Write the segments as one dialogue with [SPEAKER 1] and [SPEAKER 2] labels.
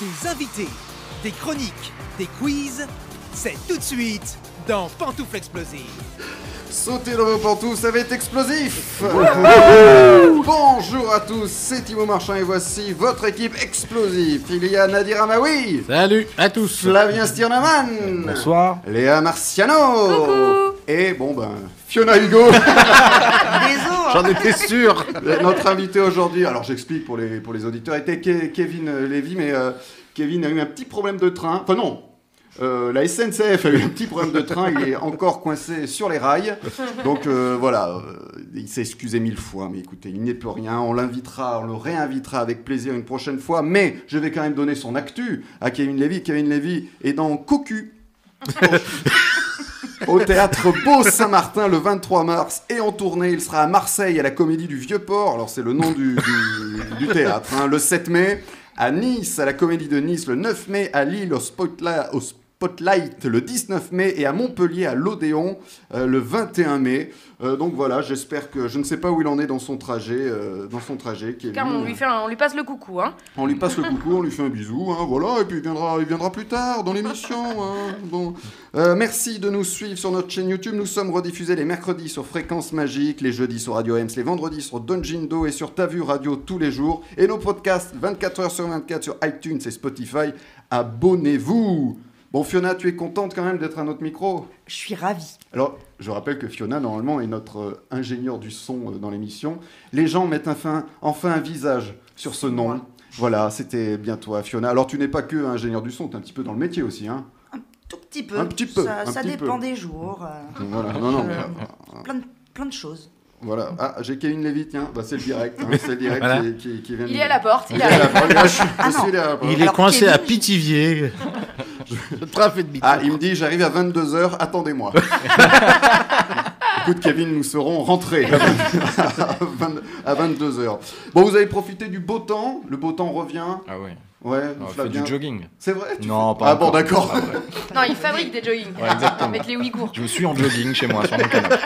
[SPEAKER 1] Des invités, des chroniques, des quiz, c'est tout de suite dans Pantoufle Explosive.
[SPEAKER 2] Sautez dans vos pantoufles, ça va être explosif Bonjour à tous, c'est Thibaut Marchand et voici votre équipe explosive. Il y a Nadir Amaoui,
[SPEAKER 3] Salut à tous
[SPEAKER 2] Flavien Stirneman,
[SPEAKER 4] Bonsoir.
[SPEAKER 2] Léa Marciano et bon ben Fiona Hugo,
[SPEAKER 3] J'en étais sûr
[SPEAKER 2] notre invité aujourd'hui. Alors j'explique pour les, pour les auditeurs, était Ke- Kevin Lévy, mais euh, Kevin a eu un petit problème de train. Enfin non euh, la SNCF a eu un petit problème de train, il est encore coincé sur les rails. Donc euh, voilà, euh, il s'est excusé mille fois, mais écoutez, il n'est plus rien. On l'invitera, on le réinvitera avec plaisir une prochaine fois, mais je vais quand même donner son actu à Kevin Lévy. Kevin Lévy est dans Cocu. Au théâtre Beau Saint-Martin le 23 mars et en tournée, il sera à Marseille à la Comédie du Vieux-Port, alors c'est le nom du, du- du théâtre, hein, le 7 mai, à Nice, à la Comédie de Nice le 9 mai, à Lille au, Spotla- au Spotlight le 19 mai et à Montpellier à l'Odéon euh, le 21 mai. Euh, donc voilà, j'espère que je ne sais pas où il en est dans son trajet, euh, dans son trajet. Kevin.
[SPEAKER 5] Car on lui, fait un- on lui passe le coucou, hein.
[SPEAKER 2] On lui passe le coucou, on lui fait un bisou, hein, voilà, et puis il viendra, il viendra plus tard dans l'émission. hein, bon. Euh, merci de nous suivre sur notre chaîne YouTube. Nous sommes rediffusés les mercredis sur Fréquence Magique, les jeudis sur Radio Ems, les vendredis sur Donjindo et sur Tavu Radio tous les jours. Et nos podcasts 24h sur 24 sur iTunes et Spotify. Abonnez-vous Bon, Fiona, tu es contente quand même d'être à notre micro
[SPEAKER 6] Je suis ravie.
[SPEAKER 2] alors, je rappelle que Fiona, normalement, est notre euh, ingénieur du son euh, dans l'émission. Les gens mettent un fin- enfin un visage sur ce nom. Voilà, c'était bien toi, Fiona. Alors, tu n'es pas que ingénieur du son, tu es un petit peu dans le métier aussi. Hein
[SPEAKER 6] Tout petit peu.
[SPEAKER 2] Un petit peu,
[SPEAKER 6] Ça,
[SPEAKER 2] un
[SPEAKER 6] ça
[SPEAKER 2] petit
[SPEAKER 6] dépend
[SPEAKER 2] peu.
[SPEAKER 6] des jours. euh,
[SPEAKER 5] Ah.
[SPEAKER 2] Donc, voilà, non, non, mais, euh,
[SPEAKER 6] plein, de, plein de choses.
[SPEAKER 2] voilà. Ah, j'ai Kevin Lévy, tiens, bah, c'est le direct. hein, c'est le direct
[SPEAKER 3] Voilà.
[SPEAKER 2] qui, qui- qui vient de-
[SPEAKER 5] Il est à la porte, il
[SPEAKER 2] Mmh. Il
[SPEAKER 5] est
[SPEAKER 2] est
[SPEAKER 5] à
[SPEAKER 2] à
[SPEAKER 5] la
[SPEAKER 2] la porte. Je suis-
[SPEAKER 6] Ah,
[SPEAKER 2] je suis là à la porte.
[SPEAKER 3] Il est
[SPEAKER 6] Alors,
[SPEAKER 3] coincé
[SPEAKER 6] Kevin-
[SPEAKER 3] à Pithiviers. Je trafic de bite.
[SPEAKER 2] Ah, il me dit, j'arrive à 22h, attendez-moi. Écoute, Kevin, nous serons rentrés à 22h. Bon, vous avez profité du beau temps. Le beau temps revient.
[SPEAKER 4] Ah ouais.
[SPEAKER 2] Ouais,
[SPEAKER 4] On fait
[SPEAKER 2] Euh, Flavien.
[SPEAKER 4] du jogging.
[SPEAKER 2] C'est vrai tu
[SPEAKER 4] Non,
[SPEAKER 2] fais-
[SPEAKER 4] pas
[SPEAKER 2] Ah bon,
[SPEAKER 4] encore.
[SPEAKER 2] d'accord.
[SPEAKER 4] Ah ouais.
[SPEAKER 5] Non, il fabrique des jogging.
[SPEAKER 4] Ouais, exactement.
[SPEAKER 5] Avec les Ouïghours.
[SPEAKER 4] Je suis en jogging chez moi, sur mon canapé.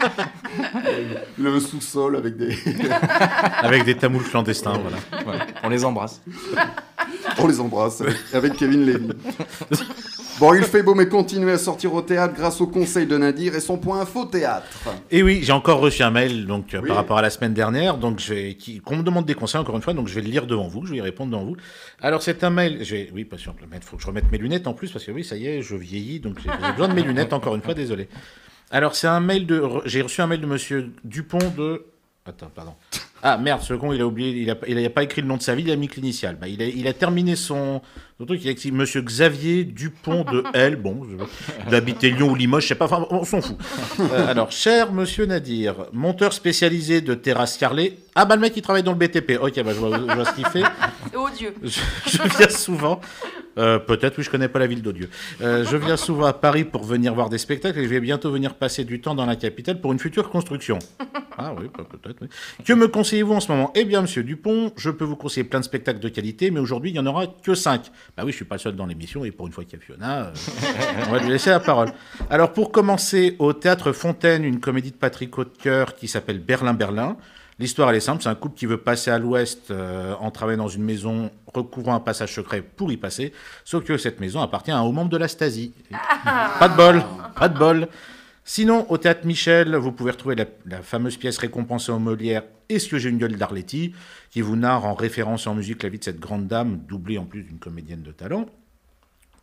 [SPEAKER 2] Il a un sous-sol avec des.
[SPEAKER 3] Avec des tamouls clandestins, voilà.
[SPEAKER 4] Ouais. On les embrasse.
[SPEAKER 2] On les embrasse avec, avec Kevin Lévy. Bon, il fait beau, mais continuez à sortir au théâtre grâce au conseil de Nadir et son point info théâtre.
[SPEAKER 3] Et oui, j'ai encore reçu un mail donc, euh,
[SPEAKER 2] Oui.
[SPEAKER 3] par rapport à la semaine dernière, donc je vais, qui, qu'on me demande des conseils encore une fois, donc je vais le lire devant vous, je vais y répondre devant vous. Alors c'est un mail, je vais, oui, pas sûr, il faut que je remette mes lunettes en plus, parce que oui, ça y est, je vieillis, donc j'ai, j'ai besoin de mes lunettes encore une fois, désolé. Alors c'est un mail de, re- j'ai reçu un mail de monsieur Dupont de... Attends, pardon. Ah merde, ce con, il a oublié, il a, il a pas écrit le nom de sa ville, il a mis que l'initiale. Bah, il, a, il a terminé son, son truc, il a écrit Monsieur Xavier Dupont de L. Bon, je- d'habiter Lyon ou Limoges, je sais pas, enfin, on s'en fout. Euh, alors, cher Monsieur Nadir, monteur spécialisé de terrasse carrelée. Ah bah le mec, il travaille dans le BTP. Ok, bah je vois, je vois ce qu'il fait.
[SPEAKER 5] C'est odieux.
[SPEAKER 3] Je, je viens souvent. euh, Peut-être, oui, je connais pas la ville d'Odieu. Euh, je viens souvent à Paris pour venir voir des spectacles et je vais bientôt venir passer du temps dans la capitale pour une future construction. Ah oui, bah, peut-être. oui. Que me conseillez-vous en ce moment Eh bien, monsieur Dupont, je peux vous conseiller plein de spectacles de qualité, mais aujourd'hui, il n'y en aura que 5. Bah oui, je suis pas le seul dans l'émission et pour une fois qu'il y a Fiona, euh, on va lui laisser la parole. Alors, pour commencer, au Théâtre Fontaine, une comédie de Patrick Hautecoeur qui s'appelle Berlin, Berlin. L'histoire, elle est simple. C'est un couple qui veut passer à l'ouest euh, en travaillant dans une maison recouvrant un passage secret pour y passer. Sauf que cette maison appartient à un haut membre de la Stasi. Pas de bol, pas de bol. Sinon, au théâtre Michel, vous pouvez retrouver la, la fameuse pièce récompensée aux Molières Est-ce que j'ai une gueule d'Arletty qui vous narre en référence et en musique la vie de cette grande dame, doublée en plus d'une comédienne de talent.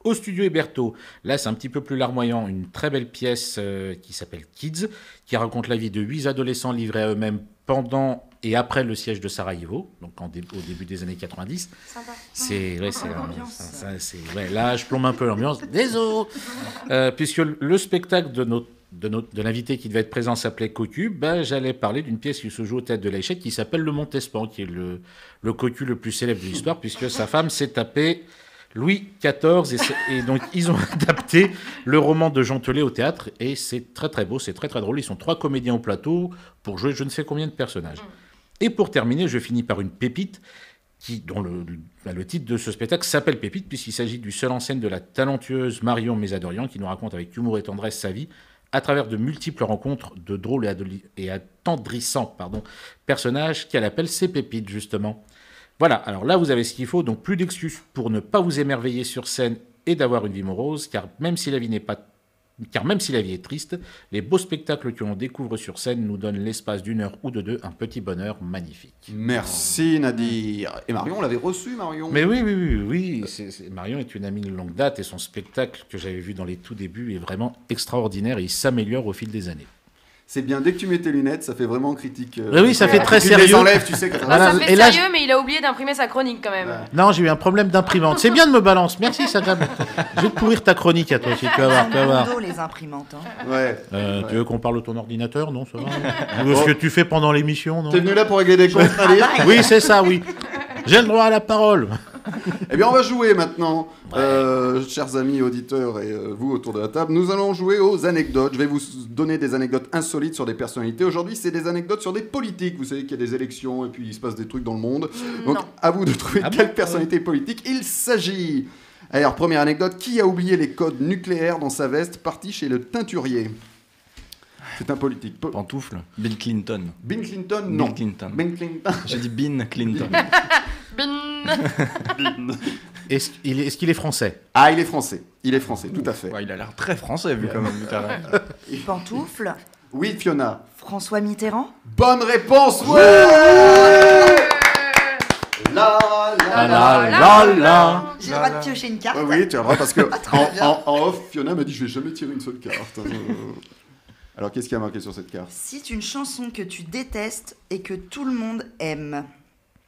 [SPEAKER 3] Au studio Héberto, là c'est un petit peu plus larmoyant, une très belle pièce euh, qui s'appelle Kids, qui raconte la vie de huit adolescents livrés à eux-mêmes pendant et après le siège de Sarajevo, donc en dé- au début des années 90.
[SPEAKER 5] Sympa.
[SPEAKER 3] C'est ouais, c'est un- ça- ça- c'est- ouais, là, je plombe un peu l'ambiance. Désolé. Euh, puisque le le spectacle de notre de, notre, de l'invité qui devait être présent s'appelait Cocu, ben, j'allais parler d'une pièce qui se joue au théâtre de l'échec qui s'appelle Le Montespan, qui est le, le cocu le plus célèbre de l'histoire, puisque sa femme s'est tapée Louis XIV, et, c'est- et donc ils ont adapté le roman de Jean Telet au théâtre, et c'est très très beau, c'est très très drôle, ils sont trois comédiens au plateau pour jouer je ne sais combien de personnages. Et pour terminer, je finis par une pépite, qui, dont le, le- bah, le titre de ce spectacle s'appelle Pépite, puisqu'il s'agit du seul en scène de la talentueuse Marion Mésadorian, qui nous raconte avec humour et tendresse sa vie à travers de multiples rencontres de drôles et, adoli- et attendrissants pardon, personnages qu'elle appelle ses pépites, justement. Voilà, alors là vous avez ce qu'il faut, donc plus d'excuses pour ne pas vous émerveiller sur scène et d'avoir une vie morose, car même si la vie n'est pas car même si la vie est triste, les beaux spectacles que l'on découvre sur scène nous donnent l'espace d'une heure ou de deux un petit bonheur magnifique.
[SPEAKER 2] Merci Nadir. Et Marion, on l'avait reçu, Marion.
[SPEAKER 3] Mais oui, oui, oui, oui, c'est- c'est- Marion est une amie de longue date et son spectacle que j'avais vu dans les tout débuts est vraiment extraordinaire et il s'améliore au fil des années.
[SPEAKER 2] C'est bien, dès que tu mets tes lunettes, ça fait vraiment critique. euh,
[SPEAKER 3] Oui, oui, ça fait très
[SPEAKER 2] tu les
[SPEAKER 3] sérieux.
[SPEAKER 2] enlèves, tu sais que ça-
[SPEAKER 5] Ah,
[SPEAKER 3] Voilà,
[SPEAKER 5] ça fait
[SPEAKER 3] et là,
[SPEAKER 5] sérieux, mais il a oublié d'imprimer sa chronique quand même.
[SPEAKER 3] Non, j'ai eu un problème d'imprimante. C'est bien de me balance. Merci, Sadam. Je vais te pourrir ta chronique à toi aussi. Tu vas voir, tu vas voir.
[SPEAKER 6] Dos, les imprimantes. hein.
[SPEAKER 2] Ouais.
[SPEAKER 3] Euh,
[SPEAKER 2] Ouais.
[SPEAKER 3] Tu veux qu'on parle de ton ordinateur Non, ça va. Ou de ce que tu fais pendant l'émission Non.
[SPEAKER 2] T'es venu là pour régler des comptes,
[SPEAKER 6] Ah,
[SPEAKER 2] Nadir
[SPEAKER 6] bah,
[SPEAKER 3] Oui, c'est ça, oui. J'ai le droit à la parole.
[SPEAKER 2] Eh bien, on va jouer maintenant, Euh, chers amis auditeurs et euh, vous autour de la table. Nous allons jouer aux anecdotes. Je vais vous donner des anecdotes insolites sur des personnalités. Aujourd'hui, c'est des anecdotes sur des politiques. Vous savez qu'il y a des élections et puis il se passe des trucs dans le monde. Donc,
[SPEAKER 5] non.
[SPEAKER 2] à vous de trouver
[SPEAKER 3] Ah bon
[SPEAKER 2] quelle personnalité politique il s'agit. Alors, première anecdote qui a oublié les codes nucléaires dans sa veste parti chez le teinturier C'est un politique. Po-
[SPEAKER 4] Pantoufle. Bill Clinton.
[SPEAKER 2] Bill Clinton Non.
[SPEAKER 4] Bill Clinton.
[SPEAKER 2] Bill Clinton.
[SPEAKER 4] J'ai dit Bin Clinton.
[SPEAKER 5] Bin.
[SPEAKER 3] Est-ce qu'il est, est-ce qu'il est français
[SPEAKER 2] Ah, il est français. Il est français, tout à fait.
[SPEAKER 4] Ouais, il a l'air très français vu quand même. putain.
[SPEAKER 6] Pantoufles,
[SPEAKER 2] Oui, Fiona.
[SPEAKER 6] François Mitterrand.
[SPEAKER 2] Bonne réponse, ouais La, la,
[SPEAKER 5] La,
[SPEAKER 2] la.
[SPEAKER 5] la, la, la.
[SPEAKER 6] J'ai le droit de piocher une carte.
[SPEAKER 2] Ah oui, tu as le droit, parce que
[SPEAKER 6] Très
[SPEAKER 2] en,
[SPEAKER 6] bien.
[SPEAKER 2] en- en off, Fiona m'a dit je vais jamais tirer une seule carte. Euh, Alors qu'est-ce qui a marqué sur cette carte
[SPEAKER 6] Cite une chanson que tu détestes et que tout le monde aime.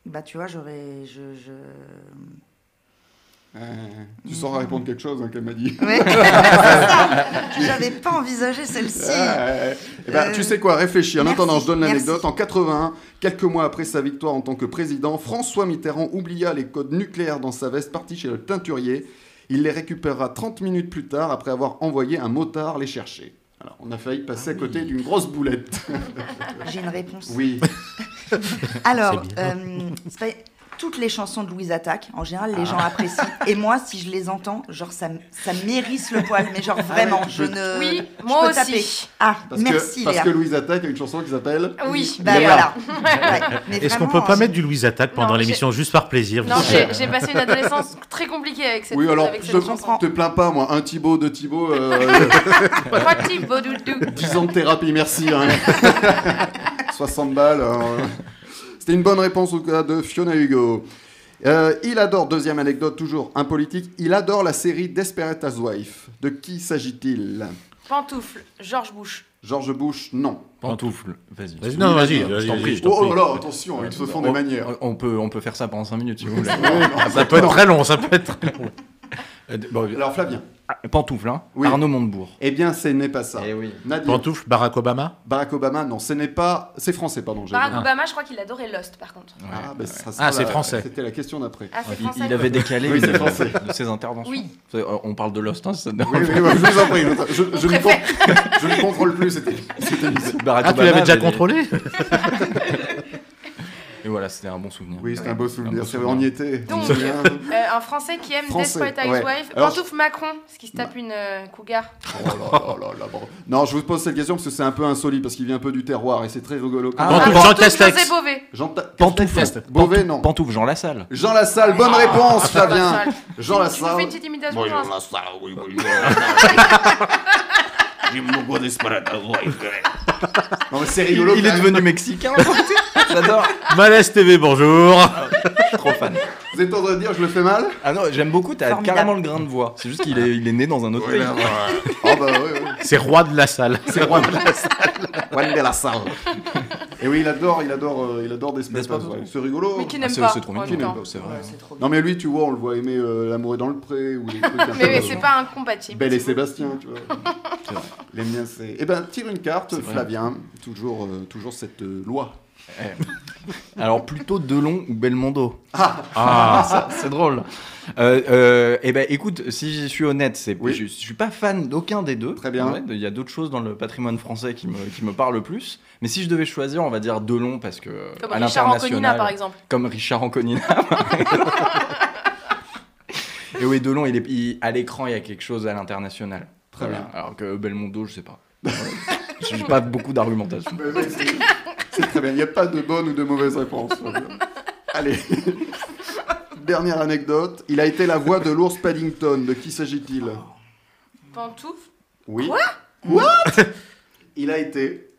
[SPEAKER 6] Bah tu vois, j'aurais... Je, je...
[SPEAKER 2] Euh,
[SPEAKER 6] Mm.
[SPEAKER 2] Tu sauras répondre quelque chose hein, qu'elle m'a dit.
[SPEAKER 6] Ouais, c'est ça. J'avais pas envisagé celle-ci.
[SPEAKER 2] Euh, eh ben,
[SPEAKER 6] Euh,
[SPEAKER 2] tu sais quoi, réfléchis. En
[SPEAKER 6] merci,
[SPEAKER 2] attendant, je donne
[SPEAKER 6] merci.
[SPEAKER 2] l'anecdote. En 81, quelques mois après sa victoire en tant que président, François Mitterrand oublia les codes nucléaires dans sa veste partie chez le teinturier. Il les récupérera 30 minutes plus tard après avoir envoyé un motard les chercher. Alors, on a failli
[SPEAKER 6] Ah
[SPEAKER 2] passer à côté d'une grosse boulette.
[SPEAKER 6] J'ai une réponse.
[SPEAKER 2] Oui.
[SPEAKER 6] Alors,
[SPEAKER 3] C'est
[SPEAKER 6] euh, c'est pas- toutes les chansons de Louise Attaque, en général, les gens apprécient. Et moi, si je les entends, genre, ça, m- ça mérisse le poil. Mais genre, vraiment, je ne.
[SPEAKER 5] Ah Oui,
[SPEAKER 6] je
[SPEAKER 5] moi
[SPEAKER 6] peux
[SPEAKER 5] aussi.
[SPEAKER 6] taper. Ah,
[SPEAKER 2] Parce,
[SPEAKER 6] merci,
[SPEAKER 2] que, parce
[SPEAKER 6] Léa.
[SPEAKER 2] que Louise Attaque a une chanson qui s'appelle.
[SPEAKER 5] Oui,
[SPEAKER 6] Bah
[SPEAKER 2] Léa.
[SPEAKER 6] voilà. Ouais, mais
[SPEAKER 3] Est-ce qu'on
[SPEAKER 6] vraiment,
[SPEAKER 3] peut pas
[SPEAKER 6] hein,
[SPEAKER 3] mettre du Louise Attaque pendant
[SPEAKER 5] euh, Non,
[SPEAKER 3] l'émission juste par plaisir
[SPEAKER 5] Non,
[SPEAKER 3] vous savez
[SPEAKER 5] j'ai j'ai passé une adolescence très compliquée avec cette,
[SPEAKER 2] Oui, alors,
[SPEAKER 5] avec
[SPEAKER 2] je
[SPEAKER 5] cette chanson.
[SPEAKER 2] te plains pas, moi. Un Thibaut, deux Thibaut, euh,
[SPEAKER 5] Fatih Bodoudou.
[SPEAKER 2] 10 ans de thérapie, merci. hein. 60 balles. hein. C'était une bonne réponse au cas de Fiona Hugo. Euh, il adore, deuxième anecdote, toujours un politique, il adore la série Desperate Housewife. De qui s'agit-il
[SPEAKER 5] Pantoufle, George Bush.
[SPEAKER 2] George Bush, non.
[SPEAKER 4] Pantoufle. Vas-y.
[SPEAKER 3] Vas-y, non, vas-y, vas-y,
[SPEAKER 4] Je t'en
[SPEAKER 3] vas-y,
[SPEAKER 4] prie.
[SPEAKER 3] je t'en
[SPEAKER 2] Oh,
[SPEAKER 3] prie. Oh.
[SPEAKER 2] là là, attention, ils se font des
[SPEAKER 4] On-
[SPEAKER 2] manières.
[SPEAKER 4] On peut, on peut faire ça pendant 5 minutes si vous voulez.
[SPEAKER 3] Ça peut être très long, ça peut être très long.
[SPEAKER 4] Euh, bon,
[SPEAKER 2] Alors Flavien.
[SPEAKER 4] ah, pantoufle, hein.
[SPEAKER 2] Oui.
[SPEAKER 4] Arnaud Montebourg.
[SPEAKER 2] Eh bien, ce n'est pas ça.
[SPEAKER 4] oui.
[SPEAKER 2] Nadia.
[SPEAKER 3] Pantoufle, Barack Obama
[SPEAKER 2] Barack Obama, non, ce n'est pas. C'est français, pardon. j'ai
[SPEAKER 5] Barack
[SPEAKER 2] dit.
[SPEAKER 5] Obama, je crois qu'il adorait Lost par contre.
[SPEAKER 2] Ah, ben, ça sera
[SPEAKER 3] Ah, c'est
[SPEAKER 2] la-
[SPEAKER 3] français.
[SPEAKER 2] C'était la question d'après.
[SPEAKER 5] Ah, c'est
[SPEAKER 4] Il,
[SPEAKER 5] français.
[SPEAKER 4] il avait décalé
[SPEAKER 2] Oui, c'est
[SPEAKER 4] de-
[SPEAKER 2] français.
[SPEAKER 4] de ses interventions.
[SPEAKER 5] Oui.
[SPEAKER 4] C'est- euh, On parle de Lost, hein, ça
[SPEAKER 2] Oui, oui, oui, je vous en prie. Je, je ne, con- je ne contrôle plus cette cette émission.
[SPEAKER 4] Barack
[SPEAKER 3] Ah, tu
[SPEAKER 4] Obama
[SPEAKER 3] l'avais déjà
[SPEAKER 4] avait-
[SPEAKER 3] contrôlé
[SPEAKER 4] Et voilà, c'était un bon souvenir.
[SPEAKER 2] Oui, c'est un beau souvenir.
[SPEAKER 4] beau
[SPEAKER 2] C'est vrai, on y était.
[SPEAKER 5] Donc,
[SPEAKER 2] On y vient.
[SPEAKER 5] Euh, un français qui aime
[SPEAKER 2] Français,
[SPEAKER 5] Desperate
[SPEAKER 2] ouais.
[SPEAKER 5] Housewives.
[SPEAKER 2] Alors,
[SPEAKER 5] Pantoufle Macron, parce qu'il se tape une euh, cougar.
[SPEAKER 2] Oh là là là là, bon. Non, je vous pose cette question parce que c'est un peu insolite, parce qu'il vient un peu du terroir et c'est très rigolo.
[SPEAKER 4] Ah.
[SPEAKER 5] Ah,
[SPEAKER 3] Pantoufle, Jean Castex.
[SPEAKER 5] José Bové.
[SPEAKER 2] Jean Ta-
[SPEAKER 4] Pantoufle.
[SPEAKER 2] Beauvais, non.
[SPEAKER 4] Pantoufle, Jean Lassalle.
[SPEAKER 2] Jean Lassalle, bonne réponse, Flavien.
[SPEAKER 5] Ah. Lassalle.
[SPEAKER 2] Jean
[SPEAKER 5] Tu nous fais
[SPEAKER 2] Lassalle.
[SPEAKER 5] une petite imitation
[SPEAKER 7] Bonjour,
[SPEAKER 5] Jean
[SPEAKER 7] la salle, oui, oui, oui. Немного Oh, desperate,
[SPEAKER 2] Non, mais c'est rigolo.
[SPEAKER 4] il
[SPEAKER 2] quand
[SPEAKER 4] est
[SPEAKER 2] même.
[SPEAKER 4] devenu mexicain. J'adore.
[SPEAKER 3] Malaise TV, bonjour
[SPEAKER 4] Trop fan.
[SPEAKER 2] Vous êtes en train de dire, je le fais mal
[SPEAKER 4] Ah non, j'aime beaucoup, t'as
[SPEAKER 6] Formidable.
[SPEAKER 4] carrément le grain de voix. C'est juste qu'il est, il est né dans un autre pays.
[SPEAKER 2] Oh bah ouais, ouais.
[SPEAKER 3] C'est roi de la salle.
[SPEAKER 2] C'est Juan de Lassalle. Juan de Lassalle. Et oui, il adore, il adore, euh, il adore Desperate
[SPEAKER 4] Desperate
[SPEAKER 2] Housewives. C'est rigolo.
[SPEAKER 5] Mais qui
[SPEAKER 4] Ah,
[SPEAKER 5] n'aime
[SPEAKER 4] c'est
[SPEAKER 5] pas.
[SPEAKER 4] c'est trop
[SPEAKER 5] en
[SPEAKER 4] mignon.
[SPEAKER 5] même temps.
[SPEAKER 2] Qui n'aime
[SPEAKER 4] C'est
[SPEAKER 6] c'est-
[SPEAKER 4] vrai.
[SPEAKER 6] ouais, c'est trop bien.
[SPEAKER 2] Non mais lui, tu vois, on le voit aimer euh, L'amour est dans le pré ou des trucs un
[SPEAKER 5] Mais
[SPEAKER 2] peu-
[SPEAKER 5] oui, c'est pas incompatible.
[SPEAKER 2] Belle et Sébastien, tu vois.
[SPEAKER 4] vrai.
[SPEAKER 2] Les miens, c'est. Eh ben, tire une carte,
[SPEAKER 4] C'est vrai.
[SPEAKER 2] Flavien. Toujours, euh, toujours cette euh, loi.
[SPEAKER 4] Alors plutôt Delon ou Belmondo.
[SPEAKER 3] Ah,
[SPEAKER 4] Ça, c'est drôle. Euh, euh, eh ben écoute, si je suis honnête, c'est
[SPEAKER 2] Oui.
[SPEAKER 4] je, je suis pas fan d'aucun des deux.
[SPEAKER 2] Très bien.
[SPEAKER 4] En vrai, Il y a d'autres choses dans le patrimoine français qui me, qui me parlent le plus. Mais si je devais choisir, on va dire Delon parce que euh,
[SPEAKER 5] Comme
[SPEAKER 4] à
[SPEAKER 5] Richard Anconina
[SPEAKER 4] l'international,
[SPEAKER 5] par exemple.
[SPEAKER 4] comme Richard Anconina. par exemple. Et oui, Delon, il est, il- à l'écran, il y a quelque chose à l'international.
[SPEAKER 2] Très
[SPEAKER 4] Voilà.
[SPEAKER 2] bien.
[SPEAKER 4] Alors que Belmondo, je sais pas. Voilà. J'ai pas beaucoup d'argumentation.
[SPEAKER 2] C'est très bien. Il n'y a pas de bonne ou de mauvaise réponse. Flavien. Allez. Dernière anecdote. Il a été la voix de l'ours Paddington. De qui s'agit-il
[SPEAKER 5] Pantoufle.
[SPEAKER 2] Oui.
[SPEAKER 5] Quoi
[SPEAKER 2] What Il a été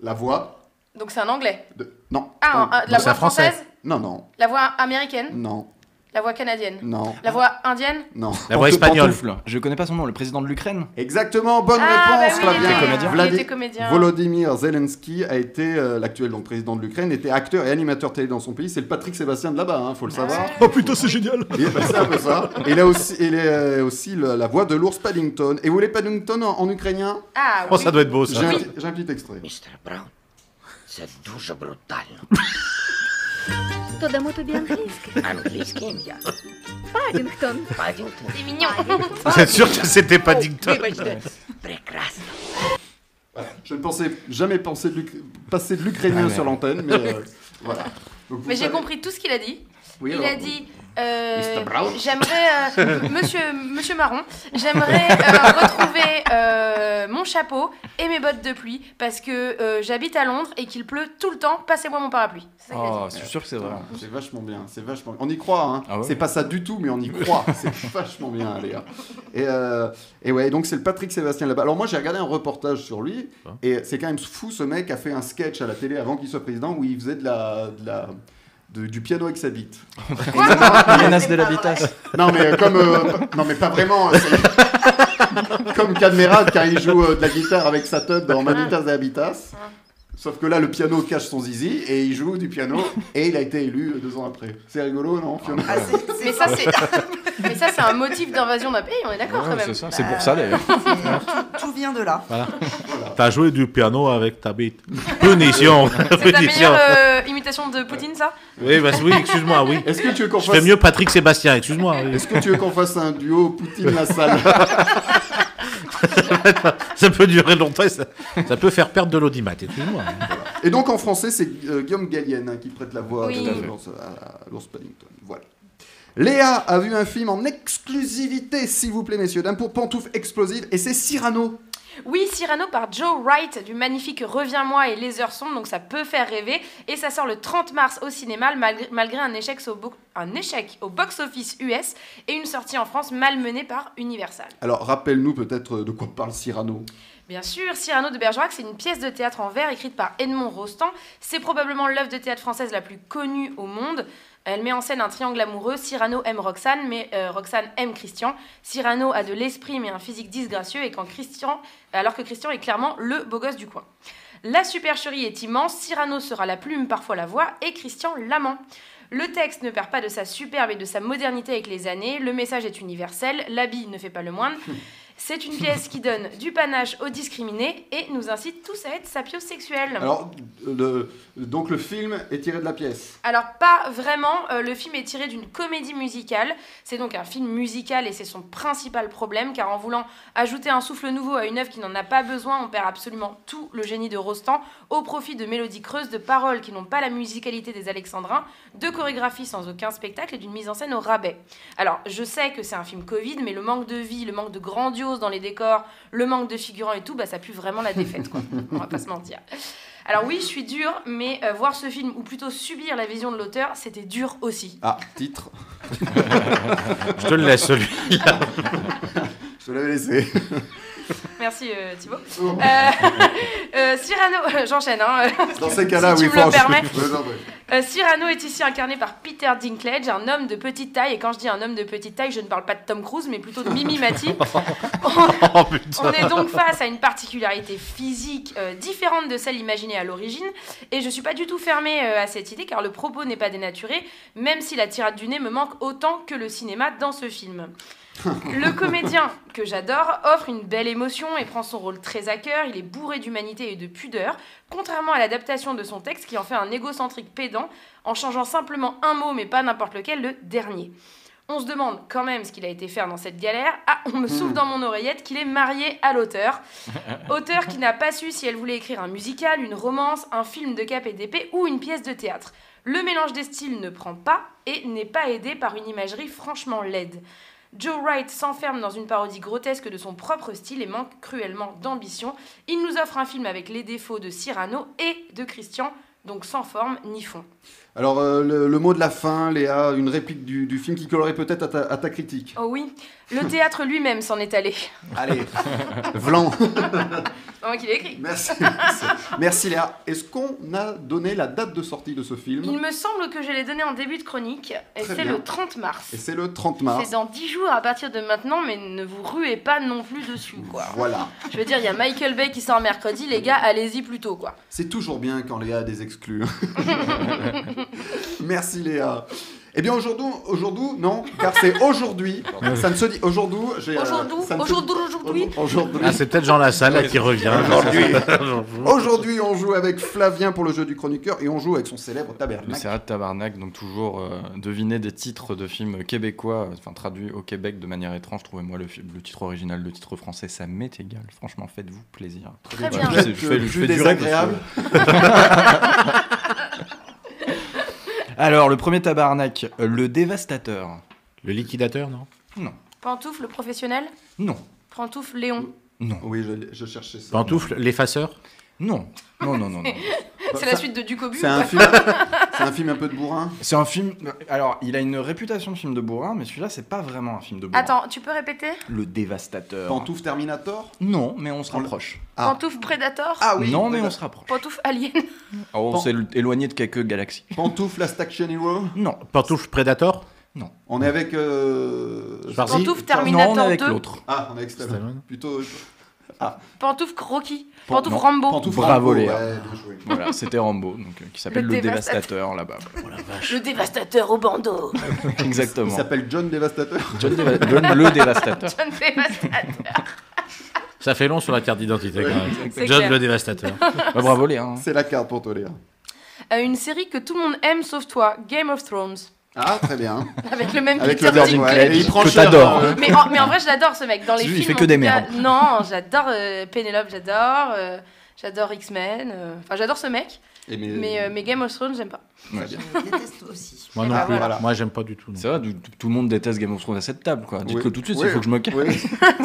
[SPEAKER 2] la voix
[SPEAKER 5] Donc c'est un anglais.
[SPEAKER 2] de. Non.
[SPEAKER 5] Ah, un- un- la
[SPEAKER 3] c'est un
[SPEAKER 5] voix
[SPEAKER 3] français.
[SPEAKER 5] française,
[SPEAKER 2] Non, non,
[SPEAKER 5] la voix américaine,
[SPEAKER 2] non,
[SPEAKER 5] la voix canadienne,
[SPEAKER 2] non,
[SPEAKER 5] la voix indienne.
[SPEAKER 2] non.
[SPEAKER 3] La voix
[SPEAKER 4] Pante-
[SPEAKER 3] espagnole.
[SPEAKER 4] Pantoufle. Je connais pas son nom, le président de l'Ukraine.
[SPEAKER 2] Exactement, bonne
[SPEAKER 5] ah
[SPEAKER 2] réponse,
[SPEAKER 5] bah oui, il
[SPEAKER 2] Flavien.
[SPEAKER 5] était
[SPEAKER 4] comédien.
[SPEAKER 5] comédien. Il
[SPEAKER 2] Vladi-
[SPEAKER 5] était comédien.
[SPEAKER 2] Volodymyr Zelensky a été euh, l'actuel donc président de l'Ukraine, était acteur et animateur télé dans son pays. C'est le Patrick Sébastien de là-bas, hein, faut le savoir.
[SPEAKER 5] Ah
[SPEAKER 3] Oh,
[SPEAKER 5] Ouais.
[SPEAKER 3] putain, c'est génial
[SPEAKER 2] Et, bah, c'est un peu ça. Et il a aussi, il est euh, aussi le- la voix de l'ours Paddington. Et vous voulez Paddington en, en ukrainien
[SPEAKER 5] Ah
[SPEAKER 3] Oh,
[SPEAKER 5] oui.
[SPEAKER 3] ça doit être beau,
[SPEAKER 2] J'ai
[SPEAKER 3] ça.
[SPEAKER 2] un, j'ai un petit extrait.
[SPEAKER 8] Містер Браун, це дуже брутально.
[SPEAKER 9] Додамо тобі англійське.
[SPEAKER 8] Англійське ім'я.
[SPEAKER 9] Падінгтон.
[SPEAKER 8] Падінгтон.
[SPEAKER 5] C'est mignon.
[SPEAKER 3] Vous êtes sûr que c'était
[SPEAKER 5] Oh,
[SPEAKER 3] pas Dicton
[SPEAKER 8] Вибачте. Прекрасно.
[SPEAKER 2] Je ne pensais jamais penser de l'Uk- passer de
[SPEAKER 4] Ah,
[SPEAKER 2] l'ukrainien sur l'antenne, mais euh, voilà. Donc, vous
[SPEAKER 5] Mais j'ai
[SPEAKER 2] savez-
[SPEAKER 5] compris tout ce qu'il a dit.
[SPEAKER 2] Oui,
[SPEAKER 5] il
[SPEAKER 2] alors,
[SPEAKER 5] a dit. euh,
[SPEAKER 7] Mr. Brown.
[SPEAKER 5] j'aimerais, euh, monsieur, monsieur Marron, j'aimerais euh, retrouver euh, mon chapeau et mes bottes de pluie parce que euh, j'habite à Londres et qu'il pleut tout le temps. Passez-moi mon parapluie. C'est ça qu'il a dit.
[SPEAKER 4] Oh, je suis sûr que c'est vrai.
[SPEAKER 2] Ah, C'est vachement bien, c'est vachement. On y croit, hein.
[SPEAKER 4] Ah ouais
[SPEAKER 2] c'est pas ça du tout, mais on y croit. c'est vachement bien, les gars. Et, euh, et ouais, donc c'est le Patrick Sébastien là-bas. Alors moi, j'ai regardé un reportage sur lui,
[SPEAKER 4] Ah.
[SPEAKER 3] Hein
[SPEAKER 2] et c'est quand même fou. Ce mec a fait un sketch à la télé avant qu'il soit président où il faisait de la, de la- de- du piano avec sa bite.
[SPEAKER 4] Menace de la Vitas.
[SPEAKER 2] Non mais euh, comme euh, p- non mais pas vraiment. hein, c'est- comme Cadmerade quand il joue euh, de la guitare avec sa teute dans Manitas et Habitas. Sauf que là, le piano cache son zizi et il joue du piano et il a été élu euh, deux ans après. C'est rigolo, non Fiona
[SPEAKER 6] Ah, c'est- c'est-
[SPEAKER 5] Mais ça, c'est, mais ça, c'est un motif d'invasion d'un pays, on est d'accord quand même.
[SPEAKER 4] C'est ça, c'est pour ça d'ailleurs.
[SPEAKER 6] tout- tout vient de là.
[SPEAKER 3] T'as joué du piano avec ta bite. Punition
[SPEAKER 5] C'est ta
[SPEAKER 3] Punition
[SPEAKER 5] meilleure euh, imitation de Poutine, ça
[SPEAKER 3] Oui, bah, oui excuse-moi, oui.
[SPEAKER 2] Est-ce que tu veux qu'on
[SPEAKER 3] Je fais
[SPEAKER 2] fasse
[SPEAKER 3] mieux Patrick Sébastien, excuse-moi. oui.
[SPEAKER 2] Est-ce que tu veux qu'on fasse un duo Poutine la salle
[SPEAKER 3] Ça peut durer longtemps, et ça, ça peut faire perdre de l'audimat, excuse-moi.
[SPEAKER 2] Et donc en français, c'est euh, Guillaume Gallienne hein, qui prête la voix
[SPEAKER 5] Oui.
[SPEAKER 2] de la- à à l'ours Paddington. Voilà. Léa a vu un film en exclusivité, s'il vous plaît, messieurs, dames, pour Pantoufles Explosives, et c'est Cyrano.
[SPEAKER 5] Oui, Cyrano par Joe Wright du magnifique Reviens-moi et Les Heures Sombres, donc ça peut faire rêver. Et ça sort le 30 mars au cinéma, malgré, malgré un, échec au bo- un échec au box-office US et une sortie en France malmenée par Universal.
[SPEAKER 2] Alors rappelle-nous peut-être euh, de quoi parle Cyrano.
[SPEAKER 5] Bien sûr, Cyrano de Bergerac, c'est une pièce de théâtre en vers écrite par Edmond Rostand. C'est probablement l'œuvre de théâtre française la plus connue au monde. Elle met en scène un triangle amoureux. Cyrano aime Roxane, mais euh, Roxane aime Christian. Cyrano a de l'esprit, mais un physique disgracieux, et quand Christian, alors que Christian est clairement le beau gosse du coin. La supercherie est immense. Cyrano sera la plume, parfois la voix, et Christian l'amant. Le texte ne perd pas de sa superbe et de sa modernité avec les années. Le message est universel. L'habit ne fait pas le moindre. C'est une pièce qui donne du panache aux discriminés et nous incite tous à être sapiosexuels. Alors,
[SPEAKER 2] Alors, le- donc le film est tiré de la pièce.
[SPEAKER 5] pas vraiment, euh, le film est tiré d'une comédie musicale. C'est donc un film musical et c'est son principal problème car en voulant ajouter un souffle nouveau à une œuvre qui n'en a pas besoin, on perd absolument tout le génie de Rostand au profit de mélodies creuses, de paroles qui n'ont pas la musicalité des Alexandrins, de chorégraphies sans aucun spectacle et d'une mise en scène au rabais. Alors, je sais que c'est un film Covid, mais le manque de vie, le manque de grandiose dans les décors, le manque de figurants et tout, bah, ça pue vraiment la défaite, quoi. On va pas se mentir. Alors oui, je suis dure, mais euh, voir ce film, ou plutôt subir la vision de l'auteur, c'était dur aussi.
[SPEAKER 2] Ah, titre,
[SPEAKER 3] Je te le laisse, celui.
[SPEAKER 2] je te l'avais laissé.
[SPEAKER 5] Merci euh, Thibaut. Euh, euh, Cyrano, j'enchaîne. hein.
[SPEAKER 2] Dans ces cas-là,
[SPEAKER 5] Si tu
[SPEAKER 2] oui,
[SPEAKER 5] me le
[SPEAKER 2] franchement.
[SPEAKER 5] permets.
[SPEAKER 2] Ouais, non, ouais.
[SPEAKER 5] Euh, Cyrano est ici incarné par Peter Dinklage, un homme de petite taille. Et quand je dis un homme de petite taille, je ne parle pas de Tom Cruise, mais plutôt de Mimi Mati.
[SPEAKER 3] Oh putain
[SPEAKER 5] On est donc face à une particularité physique euh, différente de celle imaginée à l'origine, et je suis pas du tout fermée euh, à cette idée car le propos n'est pas dénaturé, même si la tirade du nez me manque autant que le cinéma dans ce film. Le comédien que j'adore offre une belle émotion et prend son rôle très à cœur. Il est bourré d'humanité et de pudeur, contrairement à l'adaptation de son texte qui en fait un égocentrique pédant en changeant simplement un mot, mais pas n'importe lequel, le dernier. On se demande quand même ce qu'il a été faire dans cette galère. Ah, on me souffle dans mon oreillette qu'il est marié à l'auteur. Auteur qui n'a pas su si elle voulait écrire un musical, une romance, un film de cap et d'épée ou une pièce de théâtre. Le mélange des styles ne prend pas et n'est pas aidé par une imagerie franchement laide. Joe Wright s'enferme dans une parodie grotesque de son propre style et manque cruellement d'ambition. Il nous offre un film avec les défauts de Cyrano et de Christian, donc sans forme ni fond.
[SPEAKER 2] Alors, euh, le, le mot de la fin, Léa, une réplique du, du film qui collerait peut-être à ta, à ta critique.
[SPEAKER 5] Oh oui, le théâtre lui-même s'en est allé.
[SPEAKER 2] Allez, Vlan,
[SPEAKER 5] C'est moi qui l'ai écrit.
[SPEAKER 2] merci. Merci Léa. Est-ce qu'on a donné la date de sortie de ce
[SPEAKER 5] Il
[SPEAKER 2] film
[SPEAKER 5] me semble que je l'ai donné en début de chronique, et
[SPEAKER 2] Très
[SPEAKER 5] c'est
[SPEAKER 2] bien.
[SPEAKER 5] le 30 mars.
[SPEAKER 2] Et c'est le 30 mars.
[SPEAKER 5] C'est dans 10 jours à partir de maintenant, mais ne vous ruez pas non plus dessus, quoi.
[SPEAKER 2] Voilà.
[SPEAKER 5] Je veux dire, il y a Michael Bay qui sort mercredi, les gars, allez-y plus tôt, quoi.
[SPEAKER 2] C'est toujours bien quand Léa a des exclus. Merci Léa. Eh bien aujourd'hui, aujourd'hui, non, car c'est aujourd'hui. ça ne se dit aujourd'hui. j'ai, euh,
[SPEAKER 5] Aujourd'hui,
[SPEAKER 2] ça Oh ne se-
[SPEAKER 5] aujourd'hui, aujourd'hui.
[SPEAKER 2] Aujourd'hui.
[SPEAKER 3] Ah, c'est peut-être Jean Lassalle là, qui revient.
[SPEAKER 2] Aujourd'hui.
[SPEAKER 3] Aujourd'hui.
[SPEAKER 2] Aujourd'hui, on joue avec Flavien pour le jeu du chroniqueur et on joue avec son célèbre
[SPEAKER 4] Le
[SPEAKER 2] tabernacle.
[SPEAKER 4] Serrat de Tabarnak, donc toujours euh, deviner des titres de films québécois, euh, enfin traduits au Québec de manière étrange. Trouvez-moi le, fi- le titre original, le titre français, ça m'est égal. Franchement, faites-vous plaisir.
[SPEAKER 5] Très
[SPEAKER 4] Bah,
[SPEAKER 5] bien.
[SPEAKER 4] je sais,
[SPEAKER 2] Peut-être
[SPEAKER 4] je fais- je
[SPEAKER 2] plus
[SPEAKER 4] fais durer parce que-
[SPEAKER 2] désagréable.
[SPEAKER 4] Alors, le premier Tabarnak, euh, le dévastateur.
[SPEAKER 3] Le liquidateur, non
[SPEAKER 5] Pantoufle professionnel,
[SPEAKER 4] Non,
[SPEAKER 5] pantoufle Léon.
[SPEAKER 4] non,
[SPEAKER 2] Oui, je, je cherchais ça.
[SPEAKER 3] Pantoufle, l'effaceur
[SPEAKER 4] non, non, non, non. non.
[SPEAKER 2] Bah,
[SPEAKER 5] C'est la
[SPEAKER 2] ça-
[SPEAKER 5] suite de Ducobu.
[SPEAKER 2] C'est un
[SPEAKER 5] quoi.
[SPEAKER 2] film. c'est un film un peu de bourrin.
[SPEAKER 4] C'est un film. Alors, il a une réputation de film de bourrin, mais celui-là, c'est pas vraiment un film de bourrin.
[SPEAKER 5] Attends, tu peux répéter
[SPEAKER 4] Le dévastateur.
[SPEAKER 2] Pantouf Terminator.
[SPEAKER 4] Non, mais on se
[SPEAKER 2] On le-
[SPEAKER 4] rapproche.
[SPEAKER 2] Ah.
[SPEAKER 5] Pantoufle Predator,
[SPEAKER 2] Ah oui.
[SPEAKER 4] non, mais on se rapproche.
[SPEAKER 5] pantoufle Alien.
[SPEAKER 4] Ah, on
[SPEAKER 2] Pan-
[SPEAKER 4] s'est éloigné de quelques galaxies.
[SPEAKER 2] Pantouf Last Action Hero.
[SPEAKER 4] Non.
[SPEAKER 3] Pantoufle Predator
[SPEAKER 2] On est avec. euh,
[SPEAKER 3] Schwarzy
[SPEAKER 5] Pantoufle
[SPEAKER 4] non, on est
[SPEAKER 5] Terminator
[SPEAKER 4] avec
[SPEAKER 5] 2,
[SPEAKER 4] l'autre.
[SPEAKER 2] Ah, on est avec Stallone.
[SPEAKER 3] Stallone.
[SPEAKER 2] Plutôt.
[SPEAKER 5] pantoufle Rocky,
[SPEAKER 4] Pan-
[SPEAKER 5] pantoufle
[SPEAKER 4] non,
[SPEAKER 5] Rambo.
[SPEAKER 2] Pantouf
[SPEAKER 4] Bravo,
[SPEAKER 2] Rambo,
[SPEAKER 4] Léa.
[SPEAKER 2] ouais, bien joué.
[SPEAKER 4] Voilà, c'était Rambo, donc, euh, qui s'appelle
[SPEAKER 5] Le
[SPEAKER 4] le,
[SPEAKER 5] Dévastateur.
[SPEAKER 4] Dévastateur, là-bas.
[SPEAKER 5] Le dévastateur au bandeau.
[SPEAKER 2] Il
[SPEAKER 4] Exactement.
[SPEAKER 2] s'appelle John Dévastateur.
[SPEAKER 4] John Déva- John le Dévastateur.
[SPEAKER 5] John Dévastateur.
[SPEAKER 3] Ça fait long sur la carte d'identité, quand même.
[SPEAKER 5] C'est
[SPEAKER 3] John
[SPEAKER 5] clair.
[SPEAKER 3] le dévastateur.
[SPEAKER 4] Bah, bravo Léa. hein.
[SPEAKER 2] C'est la carte pour toi, Léa.
[SPEAKER 5] Euh, une série que tout le monde aime sauf toi, Game of Thrones.
[SPEAKER 2] Ah, très bien.
[SPEAKER 5] Avec le même
[SPEAKER 2] Avec
[SPEAKER 5] Peter
[SPEAKER 2] le Verdine.
[SPEAKER 5] Dinklage.
[SPEAKER 2] Ouais, et il prend
[SPEAKER 4] Que
[SPEAKER 2] cher.
[SPEAKER 4] t'adores.
[SPEAKER 2] euh,
[SPEAKER 5] Mais en, mais en vrai, je l'adore ce mec. Dans les
[SPEAKER 4] Il
[SPEAKER 5] films.
[SPEAKER 4] fait que
[SPEAKER 5] en tout
[SPEAKER 4] des
[SPEAKER 5] cas-
[SPEAKER 4] merdes.
[SPEAKER 5] Non, j'adore euh, Penelope, j'adore. euh, j'adore X-Men. euh, Enfin, j'adore ce mec.
[SPEAKER 2] et mais-
[SPEAKER 5] Mais, euh, mais Game of Thrones, j'aime pas.
[SPEAKER 4] Ouais.
[SPEAKER 6] Je le déteste aussi.
[SPEAKER 3] Moi
[SPEAKER 5] Eh
[SPEAKER 3] non
[SPEAKER 5] ben
[SPEAKER 3] plus.
[SPEAKER 2] voilà.
[SPEAKER 3] Moi, j'aime pas du tout. non.
[SPEAKER 4] C'est vrai, du- tout, tout le monde déteste Game of Thrones à cette table, quoi. Dites-le
[SPEAKER 2] Oui.
[SPEAKER 4] tout de suite,
[SPEAKER 2] Oui.
[SPEAKER 4] il faut que je me calme.
[SPEAKER 2] Oui.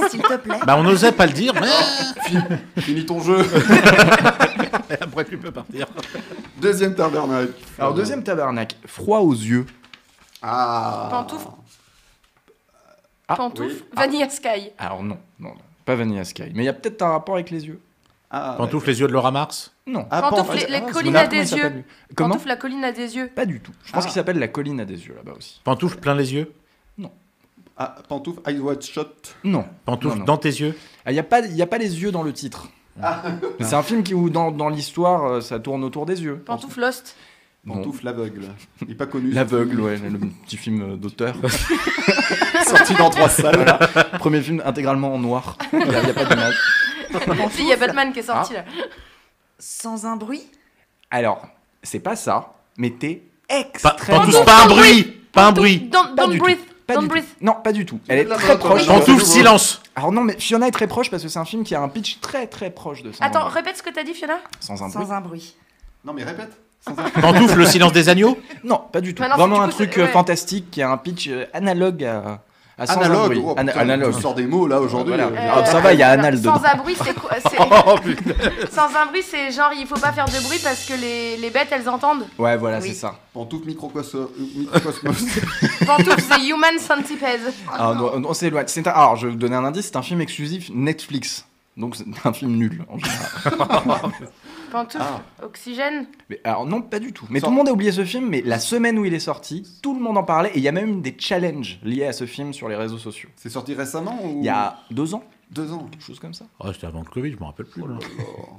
[SPEAKER 6] S'il te plaît.
[SPEAKER 3] Bah, on n'osait pas le dire, mais
[SPEAKER 2] Finis ton jeu.
[SPEAKER 3] après, tu peux partir.
[SPEAKER 2] Deuxième tabernacle.
[SPEAKER 4] Alors, deuxième tabarnak, froid aux yeux.
[SPEAKER 2] Ah.
[SPEAKER 5] Pantoufle.
[SPEAKER 4] Ah,
[SPEAKER 5] Pantoufle,
[SPEAKER 2] oui.
[SPEAKER 5] Vanilla Sky.
[SPEAKER 4] Alors, non, non, non, pas Vanilla Sky. Mais il y a peut-être un rapport avec les yeux.
[SPEAKER 2] Ah, ouais.
[SPEAKER 3] Pantoufle, les yeux de Laura Mars
[SPEAKER 4] Non.
[SPEAKER 2] Ah,
[SPEAKER 5] Pantoufle,
[SPEAKER 2] pantoufle.
[SPEAKER 5] les- les
[SPEAKER 4] Ah,
[SPEAKER 5] collines
[SPEAKER 4] c'est-
[SPEAKER 5] à
[SPEAKER 4] comment il
[SPEAKER 5] des
[SPEAKER 4] s'appelle,
[SPEAKER 5] yeux.
[SPEAKER 4] lui Comment
[SPEAKER 5] Pantoufle, la colline à des yeux.
[SPEAKER 4] Pas du tout. Je pense
[SPEAKER 2] Ah.
[SPEAKER 4] qu'il s'appelle la colline à des yeux là-bas aussi.
[SPEAKER 3] Pantoufle, plein les yeux
[SPEAKER 2] Ah, pantoufle Eyes Wide Shut.
[SPEAKER 4] Non.
[SPEAKER 3] Pantoufle,
[SPEAKER 4] Non, non.
[SPEAKER 3] dans tes yeux
[SPEAKER 4] Ah, Il n'y a, pas- y a pas les yeux dans le titre. Mais C'est un film qui, où dans, dans l'histoire, euh, ça tourne autour des yeux.
[SPEAKER 5] Pantoufle Lost.
[SPEAKER 4] Non.
[SPEAKER 2] Pantoufle l'aveugle. Il est pas connu.
[SPEAKER 4] L'aveugle, ouais, le petit film euh, d'auteur.
[SPEAKER 2] Sorti dans trois salles.
[SPEAKER 4] Voilà. Premier film intégralement en noir. Il n'y a, y a pas d'image.
[SPEAKER 5] Si, il y a Batman qui est sorti là.
[SPEAKER 6] Sans un bruit
[SPEAKER 4] Alors, c'est pas ça, mais t'es
[SPEAKER 3] Pas-
[SPEAKER 4] extrêmement...
[SPEAKER 3] Pantoufle, pas un bruit Pas un bruit
[SPEAKER 5] Ah. Don't,
[SPEAKER 4] Pas
[SPEAKER 5] don't
[SPEAKER 4] du tout.
[SPEAKER 5] breathe.
[SPEAKER 4] Pas
[SPEAKER 5] don't
[SPEAKER 4] du tout.
[SPEAKER 5] breathe.
[SPEAKER 4] Non, pas du tout. Elle est
[SPEAKER 2] Là,
[SPEAKER 4] très
[SPEAKER 2] attends,
[SPEAKER 4] proche.
[SPEAKER 2] attends,
[SPEAKER 4] de-
[SPEAKER 3] Pantoufle, silence
[SPEAKER 4] Alors non, mais Fiona est très proche parce que c'est un film qui a un pitch très très proche de ça.
[SPEAKER 5] Attends, répète ce que t'as dit, Fiona.
[SPEAKER 4] Sans un bruit.
[SPEAKER 6] Sans un bruit.
[SPEAKER 2] Non, mais répète.
[SPEAKER 3] Pantoufle, le silence des agneaux
[SPEAKER 4] Non, pas du tout.
[SPEAKER 5] Maintenant,
[SPEAKER 4] Vraiment
[SPEAKER 5] c'est
[SPEAKER 4] un
[SPEAKER 5] du coup,
[SPEAKER 4] truc
[SPEAKER 5] c'est-
[SPEAKER 4] euh,
[SPEAKER 5] ouais.
[SPEAKER 4] fantastique qui a un pitch euh, analogue à, à Ah, Sans un
[SPEAKER 2] Analogue.
[SPEAKER 4] bruit.
[SPEAKER 2] oh,
[SPEAKER 4] Ana-
[SPEAKER 2] putain,
[SPEAKER 4] analogue.
[SPEAKER 2] Tu sors des mots là aujourd'hui.
[SPEAKER 4] Voilà.
[SPEAKER 2] euh,
[SPEAKER 4] Ah, ça va, il y a
[SPEAKER 5] alors,
[SPEAKER 4] anal dedans.
[SPEAKER 5] Sans un bruit, c'est quoi c'est-
[SPEAKER 3] Oh putain
[SPEAKER 5] Sans un bruit, c'est genre il faut pas faire de bruit parce que les, les bêtes elles entendent.
[SPEAKER 4] Ouais, voilà,
[SPEAKER 6] Oui.
[SPEAKER 4] c'est ça.
[SPEAKER 2] Pantoufle microcosmos. microcosmos.
[SPEAKER 5] Pantoufle, c'est Human Centipede.
[SPEAKER 4] Ah, non, on s'éloigne. C'est un- Alors, je vais vous donner un indice, c'est un film exclusif Netflix. Donc, c'est un film nul, en général.
[SPEAKER 5] Pantoufle, oxygène.
[SPEAKER 4] Mais, alors, non, pas du tout. Mais
[SPEAKER 2] Sans-
[SPEAKER 4] tout le monde a oublié ce film, mais la semaine où il est sorti, tout le monde en parlait. Et il y a même eu des challenges liés à ce film sur les réseaux sociaux.
[SPEAKER 2] C'est sorti récemment ou
[SPEAKER 4] Il y a deux ans,
[SPEAKER 2] deux ans.
[SPEAKER 4] quelque chose comme ça.
[SPEAKER 3] Oh, c'était avant le Covid, je m'en rappelle plus. hein. moi.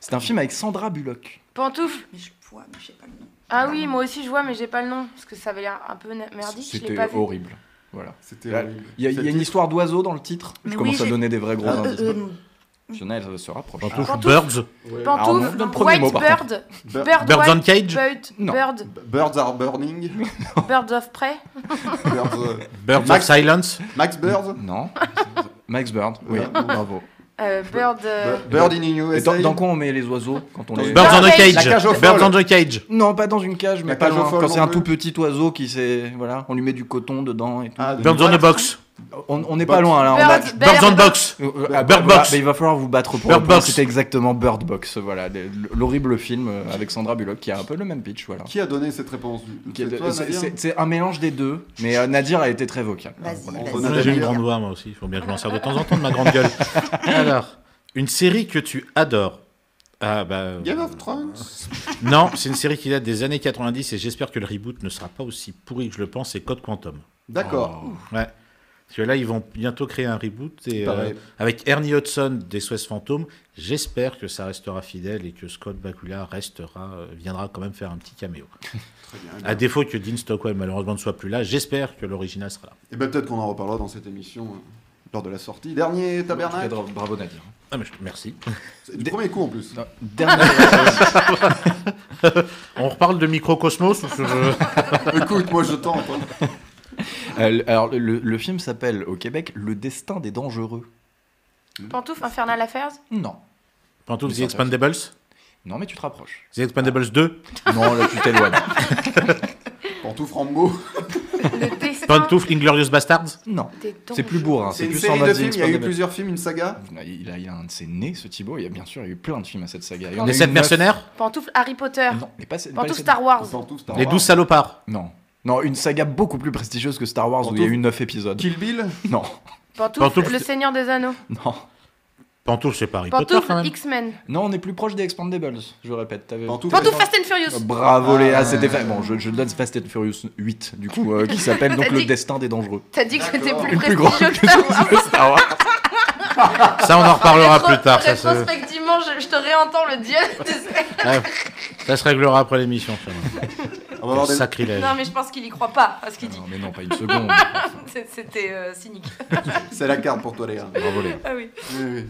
[SPEAKER 4] C'est un film avec Sandra Bullock.
[SPEAKER 5] Pantoufle.
[SPEAKER 6] Mais je vois, mais je sais pas le nom.
[SPEAKER 5] Ah oui, moi aussi je vois, mais j'ai pas le nom parce que ça avait l'air un peu na- merdique. Je l'ai
[SPEAKER 4] C'était
[SPEAKER 5] pas vu.
[SPEAKER 4] horrible. Voilà.
[SPEAKER 2] C'était.
[SPEAKER 4] Ouais.
[SPEAKER 2] horrible.
[SPEAKER 4] Il y a, il y a une histoire d'oiseau dans le titre.
[SPEAKER 6] Mais
[SPEAKER 4] je
[SPEAKER 6] oui,
[SPEAKER 4] commence à
[SPEAKER 6] j'ai-
[SPEAKER 4] donner des vrais gros
[SPEAKER 6] Euh,
[SPEAKER 4] indices.
[SPEAKER 6] euh, euh,
[SPEAKER 4] Fiona, elle se rapproche.
[SPEAKER 3] Pantoufle,
[SPEAKER 5] Pantoufle.
[SPEAKER 3] Birds
[SPEAKER 4] Alors,
[SPEAKER 5] Pantoufle,
[SPEAKER 4] non, le premier
[SPEAKER 5] White
[SPEAKER 4] mot, par
[SPEAKER 5] Bird,
[SPEAKER 2] Bur-
[SPEAKER 5] Bird
[SPEAKER 3] Birds on
[SPEAKER 5] White,
[SPEAKER 3] Cage
[SPEAKER 5] Bird,
[SPEAKER 4] Non.
[SPEAKER 5] Bird,
[SPEAKER 2] Birds are burning.
[SPEAKER 5] Birds of Prey.
[SPEAKER 2] Birds, euh,
[SPEAKER 3] Birds of
[SPEAKER 2] Max-
[SPEAKER 3] Silence
[SPEAKER 2] Max Bird.
[SPEAKER 4] Non. Max Bird. Oui,
[SPEAKER 2] Ouais.
[SPEAKER 4] bravo.
[SPEAKER 5] Euh, Bird. euh,
[SPEAKER 2] Bird in
[SPEAKER 4] Et dans,
[SPEAKER 2] USA.
[SPEAKER 4] dans quoi on met les oiseaux quand on
[SPEAKER 2] Dans
[SPEAKER 4] les...
[SPEAKER 3] Birds on a
[SPEAKER 5] cage.
[SPEAKER 2] La cage aux
[SPEAKER 3] Cage Birds on
[SPEAKER 2] folles.
[SPEAKER 3] a Cage
[SPEAKER 4] Non, pas dans une cage, mais
[SPEAKER 2] La
[SPEAKER 4] pas
[SPEAKER 2] cage au
[SPEAKER 4] loin.
[SPEAKER 2] fol
[SPEAKER 4] Quand c'est
[SPEAKER 2] non
[SPEAKER 4] un
[SPEAKER 2] plus.
[SPEAKER 4] tout petit oiseau qui s'est... Voilà, on lui met du coton dedans et tout.
[SPEAKER 2] Ah,
[SPEAKER 3] Birds on a Box
[SPEAKER 4] On on n'est pas loin là. on a-
[SPEAKER 5] Bird-
[SPEAKER 3] Birds on Box
[SPEAKER 4] Euh,
[SPEAKER 3] Bird
[SPEAKER 4] bah,
[SPEAKER 3] Box.
[SPEAKER 4] bah, il va falloir vous battre pour
[SPEAKER 3] Bird
[SPEAKER 4] le point,
[SPEAKER 3] Box.
[SPEAKER 4] C'était exactement Bird Box. Voilà, des- l'horrible film euh, avec Sandra Bullock qui a un peu le même pitch. Voilà.
[SPEAKER 2] Qui a donné cette réponse
[SPEAKER 4] Qui est-
[SPEAKER 2] C'est toi,
[SPEAKER 4] c'est-
[SPEAKER 2] Nadir
[SPEAKER 4] c'est- C'est un mélange des deux, mais euh, Nadir a été très vocal.
[SPEAKER 6] Vas-y,
[SPEAKER 4] Voilà.
[SPEAKER 2] on
[SPEAKER 6] vas-y.
[SPEAKER 2] a
[SPEAKER 3] Ouais, J'ai une
[SPEAKER 2] Nadir.
[SPEAKER 3] grande voix, moi aussi. Il faut bien que je m'en sers de temps en temps de ma grande gueule. Alors, une série que tu adores. Ah bah. euh,
[SPEAKER 2] Game of Thrones
[SPEAKER 3] Non, c'est une série qui date des années 90 et j'espère que le reboot ne sera pas aussi pourri que je le pense. C'est Code Quantum.
[SPEAKER 2] D'accord.
[SPEAKER 4] Oh.
[SPEAKER 3] Ouais. Parce que là, ils vont bientôt créer un reboot et,
[SPEAKER 2] Il paraît.
[SPEAKER 3] euh, avec Ernie Hudson des Suez Fantômes. J'espère que ça restera fidèle et que Scott Bakula restera, euh, viendra quand même faire un petit caméo.
[SPEAKER 2] Oh,
[SPEAKER 3] À défaut que Dean Stockwell malheureusement ne soit plus là, j'espère que l'original sera là.
[SPEAKER 2] Et ben peut-être qu'on en reparlera dans cette émission euh, lors de la sortie. Dernier
[SPEAKER 4] En tout
[SPEAKER 2] tabernacle.
[SPEAKER 4] cas, dra- Bravo Nadir.
[SPEAKER 3] Ah, mais je- merci.
[SPEAKER 2] C'est Du premier coup en plus.
[SPEAKER 4] Non, dernier-
[SPEAKER 3] On reparle de Microcosmos ou euh, ce
[SPEAKER 2] Écoute, moi je tente. hein.
[SPEAKER 4] Euh, le- alors le, le film s'appelle au Québec Le destin des dangereux.
[SPEAKER 5] Pantouf Infernal Affairs
[SPEAKER 4] Non.
[SPEAKER 3] Pantouf, The Expendables
[SPEAKER 4] Non, mais tu te rapproches.
[SPEAKER 3] The Expendables 2
[SPEAKER 4] Non, là tu t'éloignes.
[SPEAKER 2] Pantouf Rambo.
[SPEAKER 5] Le destin
[SPEAKER 3] Pantouf, Inglorious Bastards
[SPEAKER 4] Non.
[SPEAKER 5] des temps.
[SPEAKER 4] C'est plus bourrin.
[SPEAKER 2] C'est
[SPEAKER 4] C'est
[SPEAKER 2] une
[SPEAKER 4] plus
[SPEAKER 2] série
[SPEAKER 4] en mode
[SPEAKER 2] de
[SPEAKER 4] The
[SPEAKER 2] films. Il y a eu
[SPEAKER 4] Expendables.
[SPEAKER 2] plusieurs films, une saga.
[SPEAKER 4] Il a, il a un de ses nés, ce Thibaut. Il y a bien sûr il y a eu plein de films à cette saga. Il y en a
[SPEAKER 3] Les
[SPEAKER 4] eu
[SPEAKER 3] 7
[SPEAKER 4] neuf.
[SPEAKER 3] mercenaires
[SPEAKER 5] Pantouf Harry Potter.
[SPEAKER 4] Non, mais pas, pas les
[SPEAKER 5] Pantouf
[SPEAKER 4] sept-
[SPEAKER 5] Star Wars.
[SPEAKER 2] Pantouf Star
[SPEAKER 3] Les
[SPEAKER 2] Wars.
[SPEAKER 3] 12 salopards
[SPEAKER 4] Non. Non, une saga beaucoup plus prestigieuse que Star Wars où il y a
[SPEAKER 2] Pantouf.
[SPEAKER 4] eu 9 épisodes.
[SPEAKER 2] Kill Bill.
[SPEAKER 4] Non,
[SPEAKER 5] Pantouf,
[SPEAKER 3] Pantouf-
[SPEAKER 5] Le Seigneur des Anneaux.
[SPEAKER 4] non.
[SPEAKER 3] Pantouf, c'est pas Harry Potter
[SPEAKER 5] Pantouf
[SPEAKER 3] quand même.
[SPEAKER 5] X-Men.
[SPEAKER 4] Non, on est plus proche des Expendables, je répète. t'avais- Euh,
[SPEAKER 2] Pantouf.
[SPEAKER 5] Pantouf Fast and Furious.
[SPEAKER 4] Bravo
[SPEAKER 2] Ah.
[SPEAKER 4] Léa, c'était fa- Bon, je, je donne Fast and Furious 8, du coup, euh, qui s'appelle donc
[SPEAKER 5] T'as
[SPEAKER 4] Le
[SPEAKER 5] dit-
[SPEAKER 4] Destin des Dangereux.
[SPEAKER 5] T'as dit que c'était
[SPEAKER 2] D'accord.
[SPEAKER 5] plus
[SPEAKER 4] Plus grand
[SPEAKER 5] prestigieux que Star Wars.
[SPEAKER 4] Star Wars.
[SPEAKER 3] Ça, on en reparlera plus tard. Ça, se-
[SPEAKER 5] Rétrospectivement, je, je te réentends le dieu.
[SPEAKER 3] Ouais. Ça se réglera après l'émission. ça.
[SPEAKER 2] On va avoir
[SPEAKER 3] Quel
[SPEAKER 2] des-
[SPEAKER 3] Sacrilège.
[SPEAKER 5] non, mais je pense qu'il y croit pas à ce qu'il dit.
[SPEAKER 4] Ah Non, mais non, pas une seconde.
[SPEAKER 5] C'est- C'était euh, cynique.
[SPEAKER 2] C'est la carte pour toi, Léa.
[SPEAKER 4] Bravo Léa.
[SPEAKER 5] Ah oui.
[SPEAKER 2] Oui, oui.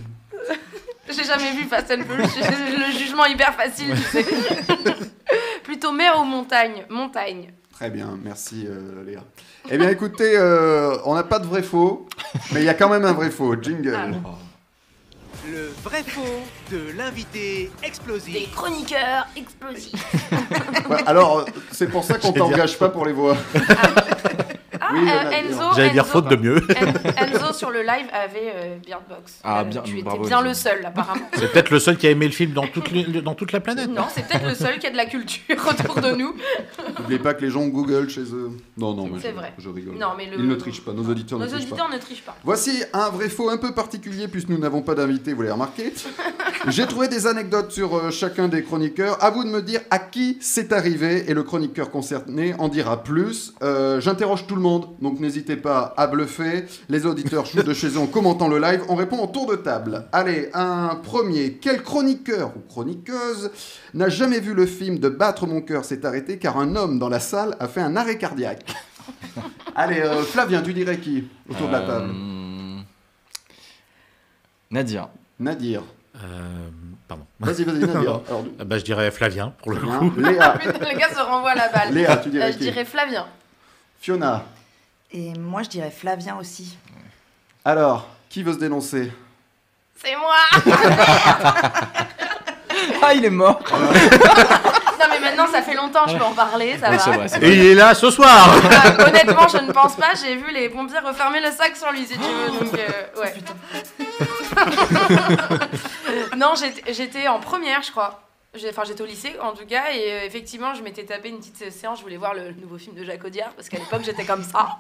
[SPEAKER 5] J'ai jamais vu Fast and Furious. J'ai- Le jugement hyper facile, tu sais. Plutôt mer ou montagne Montagne.
[SPEAKER 2] Très bien, merci euh, Léa. Eh bien écoutez, euh, on n'a pas de vrai faux, mais il y a quand même un vrai faux. Jingle.
[SPEAKER 5] Ah.
[SPEAKER 1] Le vrai faux de l'invité
[SPEAKER 5] Des
[SPEAKER 1] explosif.
[SPEAKER 5] chroniqueurs explosifs.
[SPEAKER 2] Ouais, alors, euh, c'est pour ça qu'on
[SPEAKER 3] J'allais dire-
[SPEAKER 2] t'engage pas pour les voix.
[SPEAKER 5] Ah,
[SPEAKER 2] Oui,
[SPEAKER 5] euh,
[SPEAKER 2] Nadia.
[SPEAKER 5] Enzo.
[SPEAKER 3] J'allais dire
[SPEAKER 5] Enzo-
[SPEAKER 3] faute de mieux.
[SPEAKER 5] En- Enzo sur le live avait euh, Beardbox.
[SPEAKER 4] Ah,
[SPEAKER 5] Euh,
[SPEAKER 4] bien-
[SPEAKER 5] tu étais
[SPEAKER 4] bravo,
[SPEAKER 5] bien
[SPEAKER 4] Enzo.
[SPEAKER 5] le seul, apparemment.
[SPEAKER 3] C'est peut-être le seul qui a aimé le film dans toute, les- dans toute la planète.
[SPEAKER 5] non, c'est peut-être le seul qui a de la culture autour de nous.
[SPEAKER 2] N'oubliez pas que les gens ont Google chez eux. Non, non, mais
[SPEAKER 5] C'est
[SPEAKER 2] je,
[SPEAKER 5] vrai.
[SPEAKER 2] je rigole.
[SPEAKER 5] Non, mais le-
[SPEAKER 2] Ils ne trichent pas, nos auditeurs
[SPEAKER 5] Nos
[SPEAKER 2] ne trichent pas.
[SPEAKER 5] auditeurs ne trichent pas.
[SPEAKER 2] Voici un vrai faux un peu particulier, puisque nous n'avons pas d'invité, vous l'avez remarqué. J'ai trouvé des anecdotes sur euh, chacun des chroniqueurs. À vous de me dire à qui c'est arrivé, et le chroniqueur concerné en dira plus. Euh, J'interroge tout le monde, donc n'hésitez pas à bluffer. Les auditeurs jouent de chez eux en commentant le live. On répond en tour de table. Allez, un premier. Quel chroniqueur ou chroniqueuse n'a jamais vu le film de Battre mon cœur s'est arrêté car un homme dans la salle a fait un arrêt cardiaque Allez, euh, Flavien, tu dirais qui autour de la table
[SPEAKER 4] Euh, Nadia.
[SPEAKER 2] Nadir.
[SPEAKER 3] Euh, pardon.
[SPEAKER 2] Vas-y, vas-y, Nadir. Alors,
[SPEAKER 3] Ah Bah, je dirais Flavien, pour le
[SPEAKER 2] hein,
[SPEAKER 3] coup.
[SPEAKER 2] Léa.
[SPEAKER 5] le gars se renvoie la balle.
[SPEAKER 2] Léa, tu
[SPEAKER 5] Euh,
[SPEAKER 2] dirais
[SPEAKER 5] je
[SPEAKER 2] qui
[SPEAKER 5] dirais Flavien.
[SPEAKER 2] Fiona.
[SPEAKER 6] Et moi, je dirais Flavien aussi.
[SPEAKER 2] Alors, qui veut se dénoncer
[SPEAKER 5] C'est moi
[SPEAKER 4] Ah, il est mort.
[SPEAKER 5] Non mais maintenant ça fait longtemps, je peux en parler, ça
[SPEAKER 4] Oui,
[SPEAKER 5] va.
[SPEAKER 4] c'est vrai, c'est
[SPEAKER 3] Et
[SPEAKER 4] vrai.
[SPEAKER 3] il est là ce soir
[SPEAKER 5] Euh, honnêtement, je ne pense pas, j'ai vu les pompiers refermer le sac sur lui si tu veux. Donc, euh, ouais. non, j'étais- j'étais en première, je crois. J'ai- Enfin, j'étais au lycée en tout cas, et euh, effectivement, je m'étais tapé une petite séance. Je voulais voir le nouveau film de Jacques Audiard parce qu'à l'époque j'étais comme ça,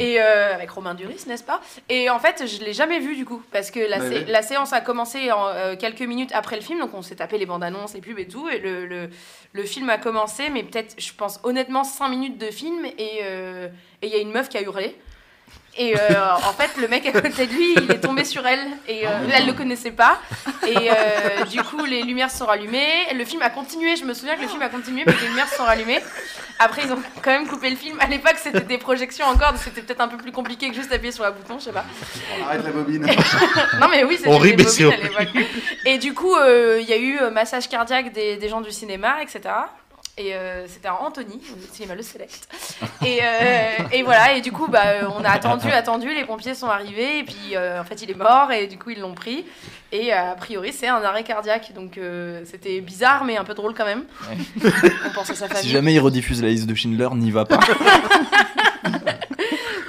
[SPEAKER 5] et euh, avec Romain Duris, n'est-ce pas Et en fait, je l'ai jamais vu du coup parce que la,
[SPEAKER 2] Ouais,
[SPEAKER 5] sé-
[SPEAKER 2] ouais.
[SPEAKER 5] la séance a commencé en, euh, quelques minutes après le film, donc on s'est tapé les bandes annonces, les pubs et tout, et le, le- le film a commencé, mais peut-être, je pense honnêtement, 5 minutes de film, et euh, et il y a une meuf qui a hurlé. Et euh, en fait, le mec à côté de lui, il est tombé sur elle. Et euh, elle ne le connaissait pas. Et euh, du coup, les lumières se sont rallumées. Le film a continué. Je me souviens que le film a continué, mais les lumières se sont rallumées. Après, ils ont quand même coupé le film. À l'époque, c'était des projections encore. donc C'était peut-être un peu plus compliqué que juste appuyer sur un bouton, je sais pas.
[SPEAKER 2] On arrête la bobine.
[SPEAKER 5] Non mais oui, c'était
[SPEAKER 3] On rit,
[SPEAKER 5] des
[SPEAKER 3] mais c'est
[SPEAKER 5] bobines à l'époque. Et du coup, euh, il y a eu euh, massage cardiaque des, des gens du cinéma, etc. Et euh, c'était à Anthony, au cinéma Le Select. Et, euh, et voilà, et du coup, bah, euh, on a attendu, attendu, les pompiers sont arrivés, et puis euh, en fait, il est mort, et du coup, ils l'ont pris. Et euh, a priori, c'est un arrêt cardiaque, donc euh, c'était bizarre, mais un peu drôle quand même. On pense à sa
[SPEAKER 4] Si
[SPEAKER 5] famille.
[SPEAKER 4] jamais il rediffuse la liste de Schindler, n'y va pas.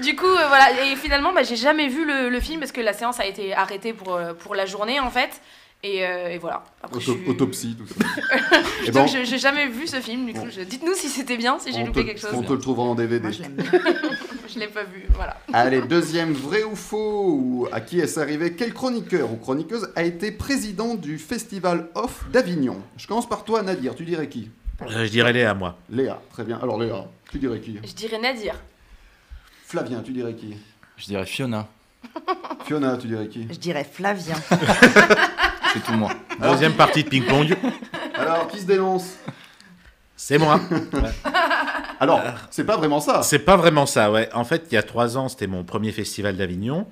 [SPEAKER 5] Du coup, euh, voilà. Et finalement, bah, j'ai jamais vu le, le film parce que la séance a été arrêtée pour, euh, pour la journée, en fait. Et, euh, et voilà. Après, je
[SPEAKER 2] Auto-
[SPEAKER 5] suis-
[SPEAKER 2] Autopsie, ben, tout ça. Eh Et
[SPEAKER 5] Donc, je- j'ai jamais vu ce film. Du coup, je- dites-nous si c'était bien, si j'ai
[SPEAKER 2] on
[SPEAKER 5] loupé
[SPEAKER 2] te,
[SPEAKER 5] quelque
[SPEAKER 2] on
[SPEAKER 5] chose.
[SPEAKER 2] te le trouvera en DVD.
[SPEAKER 6] Moi, je l'aime bien.
[SPEAKER 5] Je l'ai pas vu. Voilà.
[SPEAKER 2] Allez, deuxième vrai ou faux, ou à qui est-ce arrivé Quel chroniqueur ou chroniqueuse a été président du Festival Off d'Avignon Je commence par toi, Nadir, tu dirais qui
[SPEAKER 3] Euh, je dirais les à moi.
[SPEAKER 2] Léa, très bien. Alors Léa, tu dirais qui
[SPEAKER 5] Je dirais Nadir.
[SPEAKER 2] Flavien, tu dirais qui
[SPEAKER 4] Je dirais Fiona,
[SPEAKER 2] Fiona, tu dirais qui
[SPEAKER 6] Je dirais Flavien.
[SPEAKER 4] c'est tout moi.
[SPEAKER 2] Alors,
[SPEAKER 3] Deuxième partie de ping-pong,
[SPEAKER 2] Alors, qui se dénonce
[SPEAKER 3] c'est moi.
[SPEAKER 2] Alors, c'est pas vraiment ça.
[SPEAKER 3] C'est pas vraiment ça, ouais. En fait, il y a trois ans, c'était mon premier festival d'Avignon.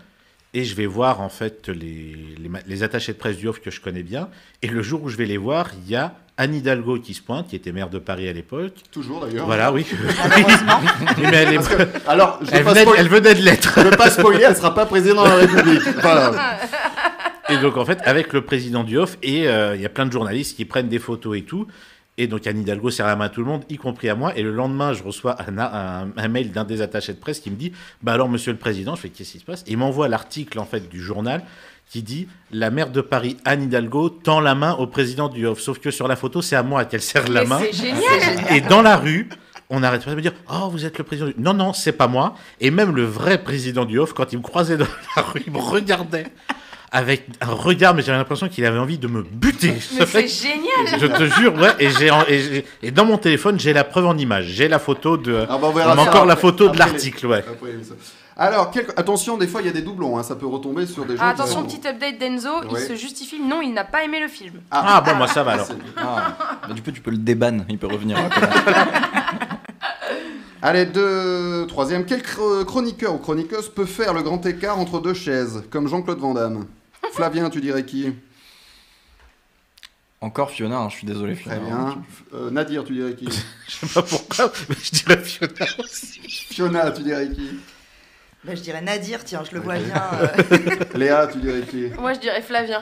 [SPEAKER 3] Et je vais voir, en fait, les, les, ma- les attachés de presse du off que je connais bien. Et le jour où je vais les voir, il y a Anne Hidalgo qui se pointe, qui était maire de Paris à l'époque.
[SPEAKER 2] Toujours d'ailleurs.
[SPEAKER 3] Voilà, oui. Oui, mais elle, est-
[SPEAKER 2] Parce que- alors, Oh. je ne
[SPEAKER 3] elle
[SPEAKER 2] veux pas
[SPEAKER 3] venait, de-
[SPEAKER 2] spoiler-
[SPEAKER 3] elle venait de l'être.
[SPEAKER 2] je veux pas spoiler, elle sera pas présidente de la République. Voilà.
[SPEAKER 3] Et donc, en fait, avec le président du off, et euh, il y a plein de journalistes qui prennent des photos et tout. Et donc, Anne Hidalgo serre la main à tout le monde, y compris à moi. Et le lendemain, je reçois un, un- un mail d'un des attachés de presse qui me dit Bah alors, monsieur le président, je fais Qu'est-ce qui se passe Et il m'envoie l'article, en fait, du journal qui dit La maire de Paris, Anne Hidalgo, tend la main au président du off. Sauf que sur la photo, c'est à moi qu'elle serre la
[SPEAKER 5] Mais
[SPEAKER 3] main.
[SPEAKER 5] c'est génial.
[SPEAKER 3] Et dans la rue, on n'arrête pas de me dire Oh, vous êtes le président du. Non, non, c'est pas moi. Et même le vrai président du off, quand il me croisait dans la rue, il me regardait avec un regard, mais j'avais l'impression qu'il avait envie de me buter.
[SPEAKER 5] Mais
[SPEAKER 3] Ce
[SPEAKER 5] c'est
[SPEAKER 3] mec,
[SPEAKER 5] génial.
[SPEAKER 3] je te jure, ouais. Et, j'ai en- et j'ai- et dans mon téléphone, j'ai la preuve en image. J'ai la photo de.
[SPEAKER 2] Ah, bah, on
[SPEAKER 3] on
[SPEAKER 2] verra
[SPEAKER 3] a
[SPEAKER 2] ça
[SPEAKER 3] encore la
[SPEAKER 2] après-
[SPEAKER 3] photo de
[SPEAKER 2] après les-
[SPEAKER 3] l'article, ouais.
[SPEAKER 2] après les- Alors, quel- attention, des fois, il y a des doublons, hein, ça peut retomber sur des gens.
[SPEAKER 5] Ah,
[SPEAKER 2] qui
[SPEAKER 5] attention,
[SPEAKER 2] sont-
[SPEAKER 5] petit update d'Enzo. Il
[SPEAKER 2] Ouais.
[SPEAKER 5] se justifie. Non, il n'a pas aimé le film.
[SPEAKER 3] Ah, bon, moi ça va alors.
[SPEAKER 2] c'est-
[SPEAKER 4] Ah, bah, du coup, tu peux le déban, il peut revenir.
[SPEAKER 2] Allez, deux, troisième. Quel cr- euh, chroniqueur ou chroniqueuse peut faire le grand écart entre deux chaises, comme Jean-Claude Van Damme Flavien, tu dirais qui
[SPEAKER 4] Encore Fiona, hein, je suis désolé Fiona.
[SPEAKER 2] Très bien. Euh, Nadir, tu dirais qui
[SPEAKER 3] Je sais pas pourquoi, mais je dirais Fiona aussi.
[SPEAKER 2] Fiona, tu dirais qui
[SPEAKER 6] Bah, je dirais Nadir, tiens, je le vois bien. euh,
[SPEAKER 2] Léa, tu dirais qui
[SPEAKER 5] Moi, je dirais Flavien.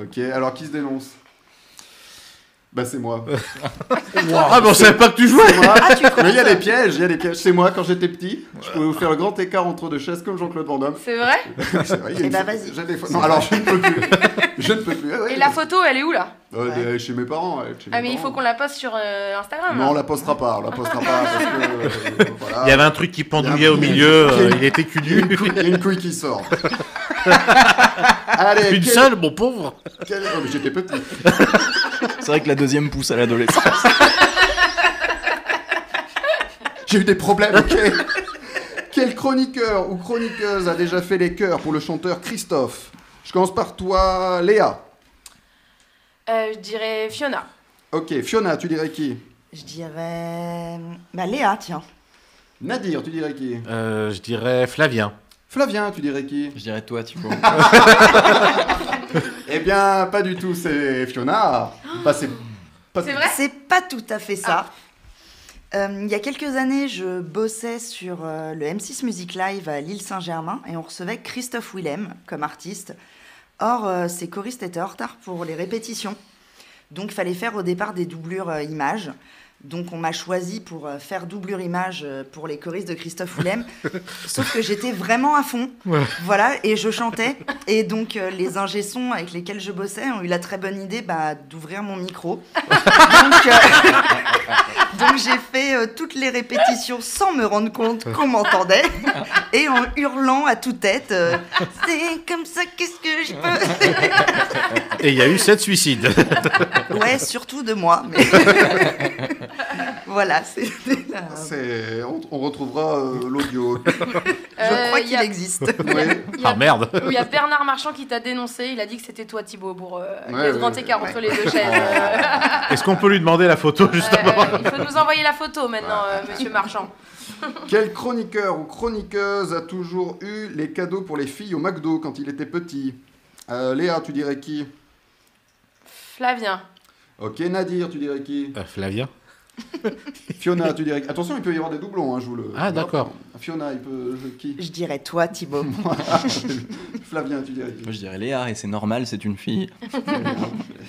[SPEAKER 2] Ok, alors qui se dénonce Bah, c'est moi.
[SPEAKER 3] Ah, mais on savait pas que tu jouais
[SPEAKER 2] C'est moi.
[SPEAKER 5] Ah,
[SPEAKER 2] Mais il y a des pièges, il y a des pièges. C'est moi, quand j'étais petit, je pouvais vous faire le grand écart entre deux chaises, comme Jean-Claude Van Damme.
[SPEAKER 5] C'est vrai
[SPEAKER 2] C'est vrai, il y a
[SPEAKER 6] Eh
[SPEAKER 2] une
[SPEAKER 6] bah,
[SPEAKER 2] fois-
[SPEAKER 6] vas-y.
[SPEAKER 2] j'ai des fois- Non, alors je ne peux plus. Je ne peux plus. Ah ouais,
[SPEAKER 5] Et la photo, elle est où là
[SPEAKER 2] Ouais, elle est chez mes parents. elle est chez
[SPEAKER 5] Ah,
[SPEAKER 2] mes
[SPEAKER 5] mais il faut
[SPEAKER 2] parents.
[SPEAKER 5] qu'on Ah. la poste sur euh, Instagram.
[SPEAKER 2] Non, on
[SPEAKER 5] hein.
[SPEAKER 2] la postera pas, on la postera pas parce que. euh, voilà.
[SPEAKER 3] Il y avait un truc qui pendouillait
[SPEAKER 2] Il y a-
[SPEAKER 3] au milieu,
[SPEAKER 2] Ah, il y a-
[SPEAKER 3] euh, il était cul
[SPEAKER 2] Il y a
[SPEAKER 3] nu.
[SPEAKER 2] une couille, il y a une couille qui sort. Allez,
[SPEAKER 3] Une
[SPEAKER 2] quel-
[SPEAKER 3] seule, mon pauvre
[SPEAKER 2] quel- oh, mais j'étais petit.
[SPEAKER 4] C'est vrai que la deuxième pousse à l'adolescence.
[SPEAKER 2] J'ai eu des problèmes, ok Quel chroniqueur ou chroniqueuse a déjà fait les chœurs pour le chanteur Christophe Je commence par toi, Léa.
[SPEAKER 5] Euh, je dirais Fiona.
[SPEAKER 2] Ok, Fiona, tu dirais qui
[SPEAKER 6] je dirais. Bah, Léa, tiens.
[SPEAKER 2] Nadir, tu dirais qui
[SPEAKER 3] Euh, je dirais Flavien.
[SPEAKER 2] Flavien, tu dirais qui
[SPEAKER 4] Je dirais toi Thibaut.
[SPEAKER 2] Eh bien, pas du tout, c'est Fiona. Bah, c'est pas-
[SPEAKER 5] C'est vrai
[SPEAKER 6] C'est pas tout à fait ça. Euh, Il y a quelques années, je bossais sur euh, le M6 Music Live à Lille Saint-Germain et on recevait Christophe Willem comme artiste. Or, euh, ses choristes étaient en retard pour les répétitions. Donc, fallait faire au départ des doublures euh, images. Donc, on m'a choisi pour euh, faire doublure image euh, pour les choristes de Christophe Willem. Sauf que j'étais vraiment à fond. Voilà, et je chantais. Et donc, euh, les ingé-sons avec lesquels je bossais ont eu la très bonne idée bah, d'ouvrir mon micro. Donc, euh, donc j'ai fait euh, toutes les répétitions sans me rendre compte qu'on m'entendait et en hurlant à toute tête. euh, c'est comme ça, qu'est-ce que je peux
[SPEAKER 3] Et il y a eu sept suicides.
[SPEAKER 6] Ouais, surtout de moi. mais- voilà, c'était la...
[SPEAKER 2] c'est- On, on retrouvera euh, l'audio.
[SPEAKER 6] Je
[SPEAKER 5] Euh,
[SPEAKER 6] crois
[SPEAKER 5] il y
[SPEAKER 6] qu'il
[SPEAKER 5] a-
[SPEAKER 6] existe.
[SPEAKER 2] Ouais.
[SPEAKER 5] Il y a-
[SPEAKER 3] Ah merde
[SPEAKER 5] Il y a Bernard Marchand qui t'a dénoncé, il a dit que c'était toi Thibaut pour euh,
[SPEAKER 2] Ouais,
[SPEAKER 5] le grand
[SPEAKER 2] ouais,
[SPEAKER 5] écart
[SPEAKER 2] ouais.
[SPEAKER 5] entre les deux chaises. Euh,
[SPEAKER 3] Est-ce qu'on peut lui demander la photo justement
[SPEAKER 5] euh, il faut nous envoyer la photo maintenant, euh, monsieur Marchand.
[SPEAKER 2] Quel chroniqueur ou chroniqueuse a toujours eu les cadeaux pour les filles au McDo quand il était petit Euh, Léa, tu dirais qui
[SPEAKER 5] Flavien.
[SPEAKER 2] Ok, Nadir, tu dirais qui
[SPEAKER 3] Euh, Flavien
[SPEAKER 2] Fiona, tu dirais qui Attention, il peut y avoir des doublons, hein, je vous le...
[SPEAKER 3] Ah, d'accord.
[SPEAKER 2] Fiona, il peut... je- Qui
[SPEAKER 6] Je dirais toi, Thibaut.
[SPEAKER 2] Flavien, tu dirais qui
[SPEAKER 4] Moi je dirais Léa et c'est normal, c'est une fille.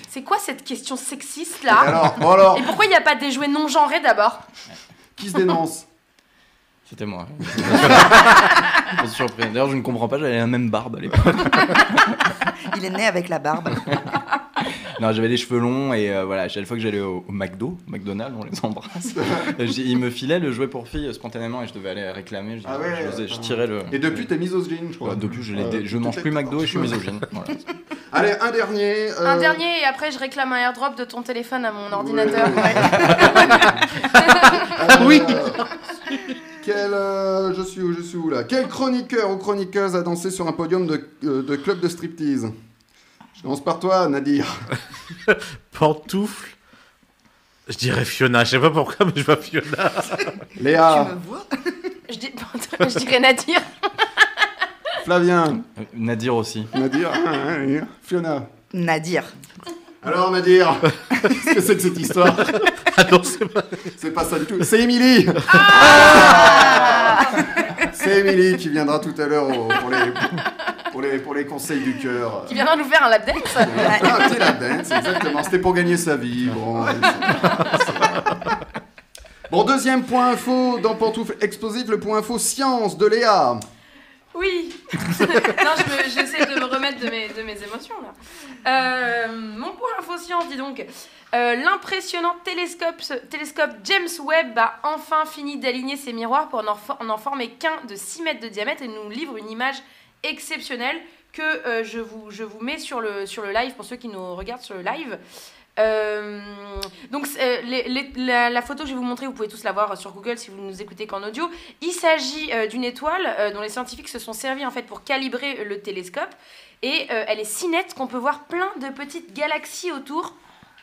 [SPEAKER 5] C'est quoi cette question sexiste
[SPEAKER 2] Et
[SPEAKER 4] Ah.
[SPEAKER 5] là
[SPEAKER 2] alors, bon alors,
[SPEAKER 5] Et pourquoi il n'y a pas des jouets non genrés d'abord
[SPEAKER 2] qui se dénonce
[SPEAKER 4] C'était moi. Pas surpris. D'ailleurs, je ne comprends pas, j'avais la même barbe à l'époque.
[SPEAKER 6] Il est né avec la barbe.
[SPEAKER 4] Non, j'avais les cheveux longs et euh, voilà, à chaque fois que j'allais au, au McDo, McDonald's, on les embrasse, j'ai- il me filait le jouet pour filles euh, spontanément et je devais aller réclamer. Je,
[SPEAKER 2] Ah ouais,
[SPEAKER 4] je faisais- je
[SPEAKER 2] attends.
[SPEAKER 4] tirais le.
[SPEAKER 2] Et depuis, t'es misogyne, je crois.
[SPEAKER 4] Ouais, Ah, depuis, je, l'ai
[SPEAKER 2] Euh,
[SPEAKER 4] dé- je mange
[SPEAKER 2] peut-être.
[SPEAKER 4] plus McDo et je suis misogyne. Voilà.
[SPEAKER 2] Allez, un dernier.
[SPEAKER 5] Un
[SPEAKER 2] euh,
[SPEAKER 5] dernier et après je réclame un airdrop de ton téléphone à mon ordinateur.
[SPEAKER 2] oui. Quel, euh, je suis où, je suis où là Quel chroniqueur ou chroniqueuse a dansé sur un podium de, euh, de club de striptease Je commence par toi, Nadir.
[SPEAKER 3] Pantoufle. Je dirais Fiona, je sais pas pourquoi, mais je vois Fiona.
[SPEAKER 6] Tu me
[SPEAKER 2] Léa,
[SPEAKER 6] vois
[SPEAKER 5] Je, dis- je dirais Nadir.
[SPEAKER 2] Flavien,
[SPEAKER 4] Euh, Nadir aussi.
[SPEAKER 2] Nadir, Fiona.
[SPEAKER 6] Nadir.
[SPEAKER 2] Alors Nadir, qu'est-ce que c'est que cette histoire
[SPEAKER 3] Ah non, c'est pas-
[SPEAKER 2] C'est pas ça du tout. C'est Émilie
[SPEAKER 5] Ah
[SPEAKER 2] C'est Émilie qui viendra tout à l'heure au- pour les, pour, les, pour les conseils du cœur.
[SPEAKER 5] Qui viendra nous faire un lap dance.
[SPEAKER 2] Ah, c'est la dance, exactement. C'était pour gagner sa vie. Bon, c'est- c'est- Bon, deuxième point info dans Pantoufle Explosif, le point info science de Léa.
[SPEAKER 5] Oui. non, je me- j'essaie de me remettre de mes, de mes émotions là. Euh, mon point info science, dis donc. Euh, L'impressionnant télescope, ce- télescope James Webb a enfin fini d'aligner ses miroirs pour n'en for- n'en former qu'un de 6 mètres de diamètre et nous livre une image exceptionnelle que euh, je, vous, je vous mets sur le, sur le live pour ceux qui nous regardent sur le live. Euh, donc c'est- euh, les- les- la, la photo que je vais vous montrer, vous pouvez tous la voir sur Google si vous nous écoutez qu'en audio. Il s'agit euh, d'une étoile euh, dont les scientifiques se sont servis en fait pour calibrer euh, le télescope et euh, elle est si nette qu'on peut voir plein de petites galaxies autour.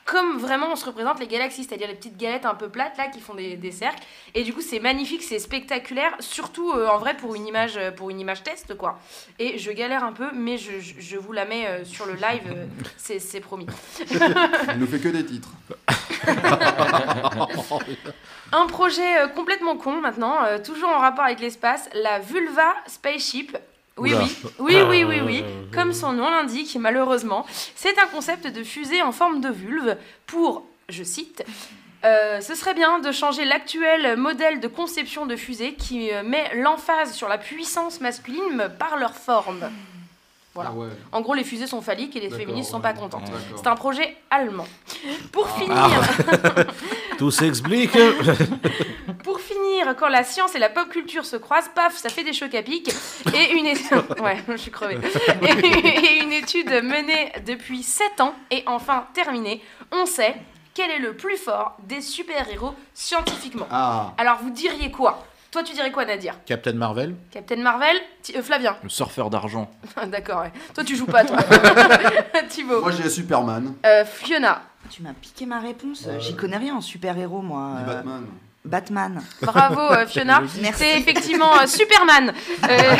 [SPEAKER 5] Comme vraiment on se représente les galaxies, c'est-à-dire les petites galettes un peu plates là qui font des, des cercles. Et du coup c'est magnifique, c'est spectaculaire, surtout euh, en vrai pour une image euh, pour une image test quoi. Et je galère un peu, mais je, je- je vous la mets euh, sur le live, euh, c'est c'est promis.
[SPEAKER 2] Elle nous fait que des titres.
[SPEAKER 5] Un projet euh, complètement con maintenant, euh, toujours en rapport avec l'espace, la Vulva Spaceship. Oui,
[SPEAKER 3] Oula.
[SPEAKER 5] oui, oui, oui, oui, oui.
[SPEAKER 3] Euh,
[SPEAKER 5] Comme son nom l'indique, malheureusement, c'est un concept de fusée en forme de vulve pour, je cite, Euh, ce serait bien de changer l'actuel modèle de conception de fusée qui euh, met l'emphase sur la puissance masculine par leur forme. Voilà.
[SPEAKER 2] Ah ouais.
[SPEAKER 5] En gros, les fusées sont phalliques et les
[SPEAKER 2] D'accord,
[SPEAKER 5] féministes sont
[SPEAKER 2] ouais.
[SPEAKER 5] pas contentes.
[SPEAKER 2] D'accord.
[SPEAKER 5] C'est un projet allemand. Pour finir,
[SPEAKER 3] Tout s'explique.
[SPEAKER 5] Pour finir, quand la science et la pop culture se croisent, paf, ça fait des chocs à pic. Et une, é- ouais, je suis crevée. Et une étude menée depuis 7 ans et enfin terminée, on sait quel est le plus fort des super-héros scientifiquement.
[SPEAKER 2] Ah,
[SPEAKER 5] Alors vous diriez quoi Toi tu dirais quoi Nadir
[SPEAKER 3] Captain Marvel.
[SPEAKER 5] Captain Marvel Ti- euh, Flavien
[SPEAKER 4] Le surfeur d'argent.
[SPEAKER 5] D'accord, ouais. Toi tu joues pas toi. Thibaut
[SPEAKER 2] moi j'ai Superman,
[SPEAKER 5] Euh, Fiona,
[SPEAKER 6] Tu m'as piqué ma réponse. J'y connais rien en super-héros, moi.
[SPEAKER 2] ni
[SPEAKER 6] Euh,
[SPEAKER 2] Batman.
[SPEAKER 6] Batman.
[SPEAKER 5] bravo euh, Fiona.
[SPEAKER 6] Merci.
[SPEAKER 5] C'est effectivement euh, Superman euh,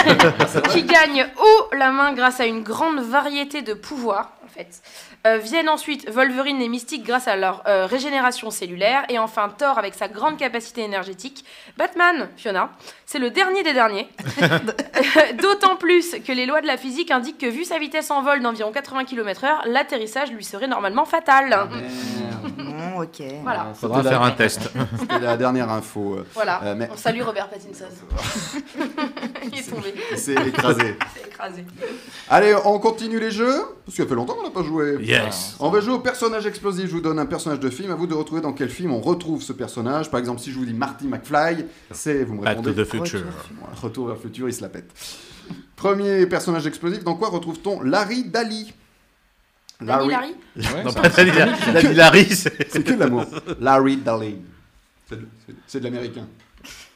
[SPEAKER 5] qui gagne haut la main grâce à une grande variété de pouvoirs, en fait. Euh, viennent ensuite Wolverine et Mystique grâce à leur euh, régénération cellulaire. Et enfin Thor avec sa grande capacité énergétique. Batman, Fiona, c'est le dernier des derniers. D'autant plus que les lois de la physique indiquent que vu sa vitesse en vol d'environ 80 km/h, l'atterrissage lui serait normalement fatal.
[SPEAKER 2] Ah, Merde. Ah,
[SPEAKER 6] Bon, ok.
[SPEAKER 5] Voilà,
[SPEAKER 3] Faudra faire un test.
[SPEAKER 2] C'était la dernière info.
[SPEAKER 5] voilà.
[SPEAKER 2] Euh, mais-
[SPEAKER 5] On salue Robert Pattinson. Il est tombé,
[SPEAKER 2] Il s'est écrasé.
[SPEAKER 5] il s'est écrasé.
[SPEAKER 2] Allez, on continue les jeux Parce qu'il fait longtemps qu'on n'a pas joué.
[SPEAKER 3] Yes.
[SPEAKER 2] On va jouer au personnage explosif. Je vous donne un personnage de film. À vous de retrouver dans quel film on retrouve ce personnage. Par exemple, si je vous dis Marty McFly, c'est vous me
[SPEAKER 3] Back
[SPEAKER 2] répondez.
[SPEAKER 3] to the future.
[SPEAKER 2] Bon, retour vers le futur, il se la pète. Premier personnage explosif. Dans quoi retrouve-t-on Larry Daly
[SPEAKER 3] Bah
[SPEAKER 5] Dani Larry
[SPEAKER 4] Ouais,
[SPEAKER 3] Non,
[SPEAKER 4] ça-
[SPEAKER 3] pas Dani Larry. Dani Larry, c'est.
[SPEAKER 2] C'est que de l'amour. Larry Daly. C'est de, c'est- c'est de l'américain.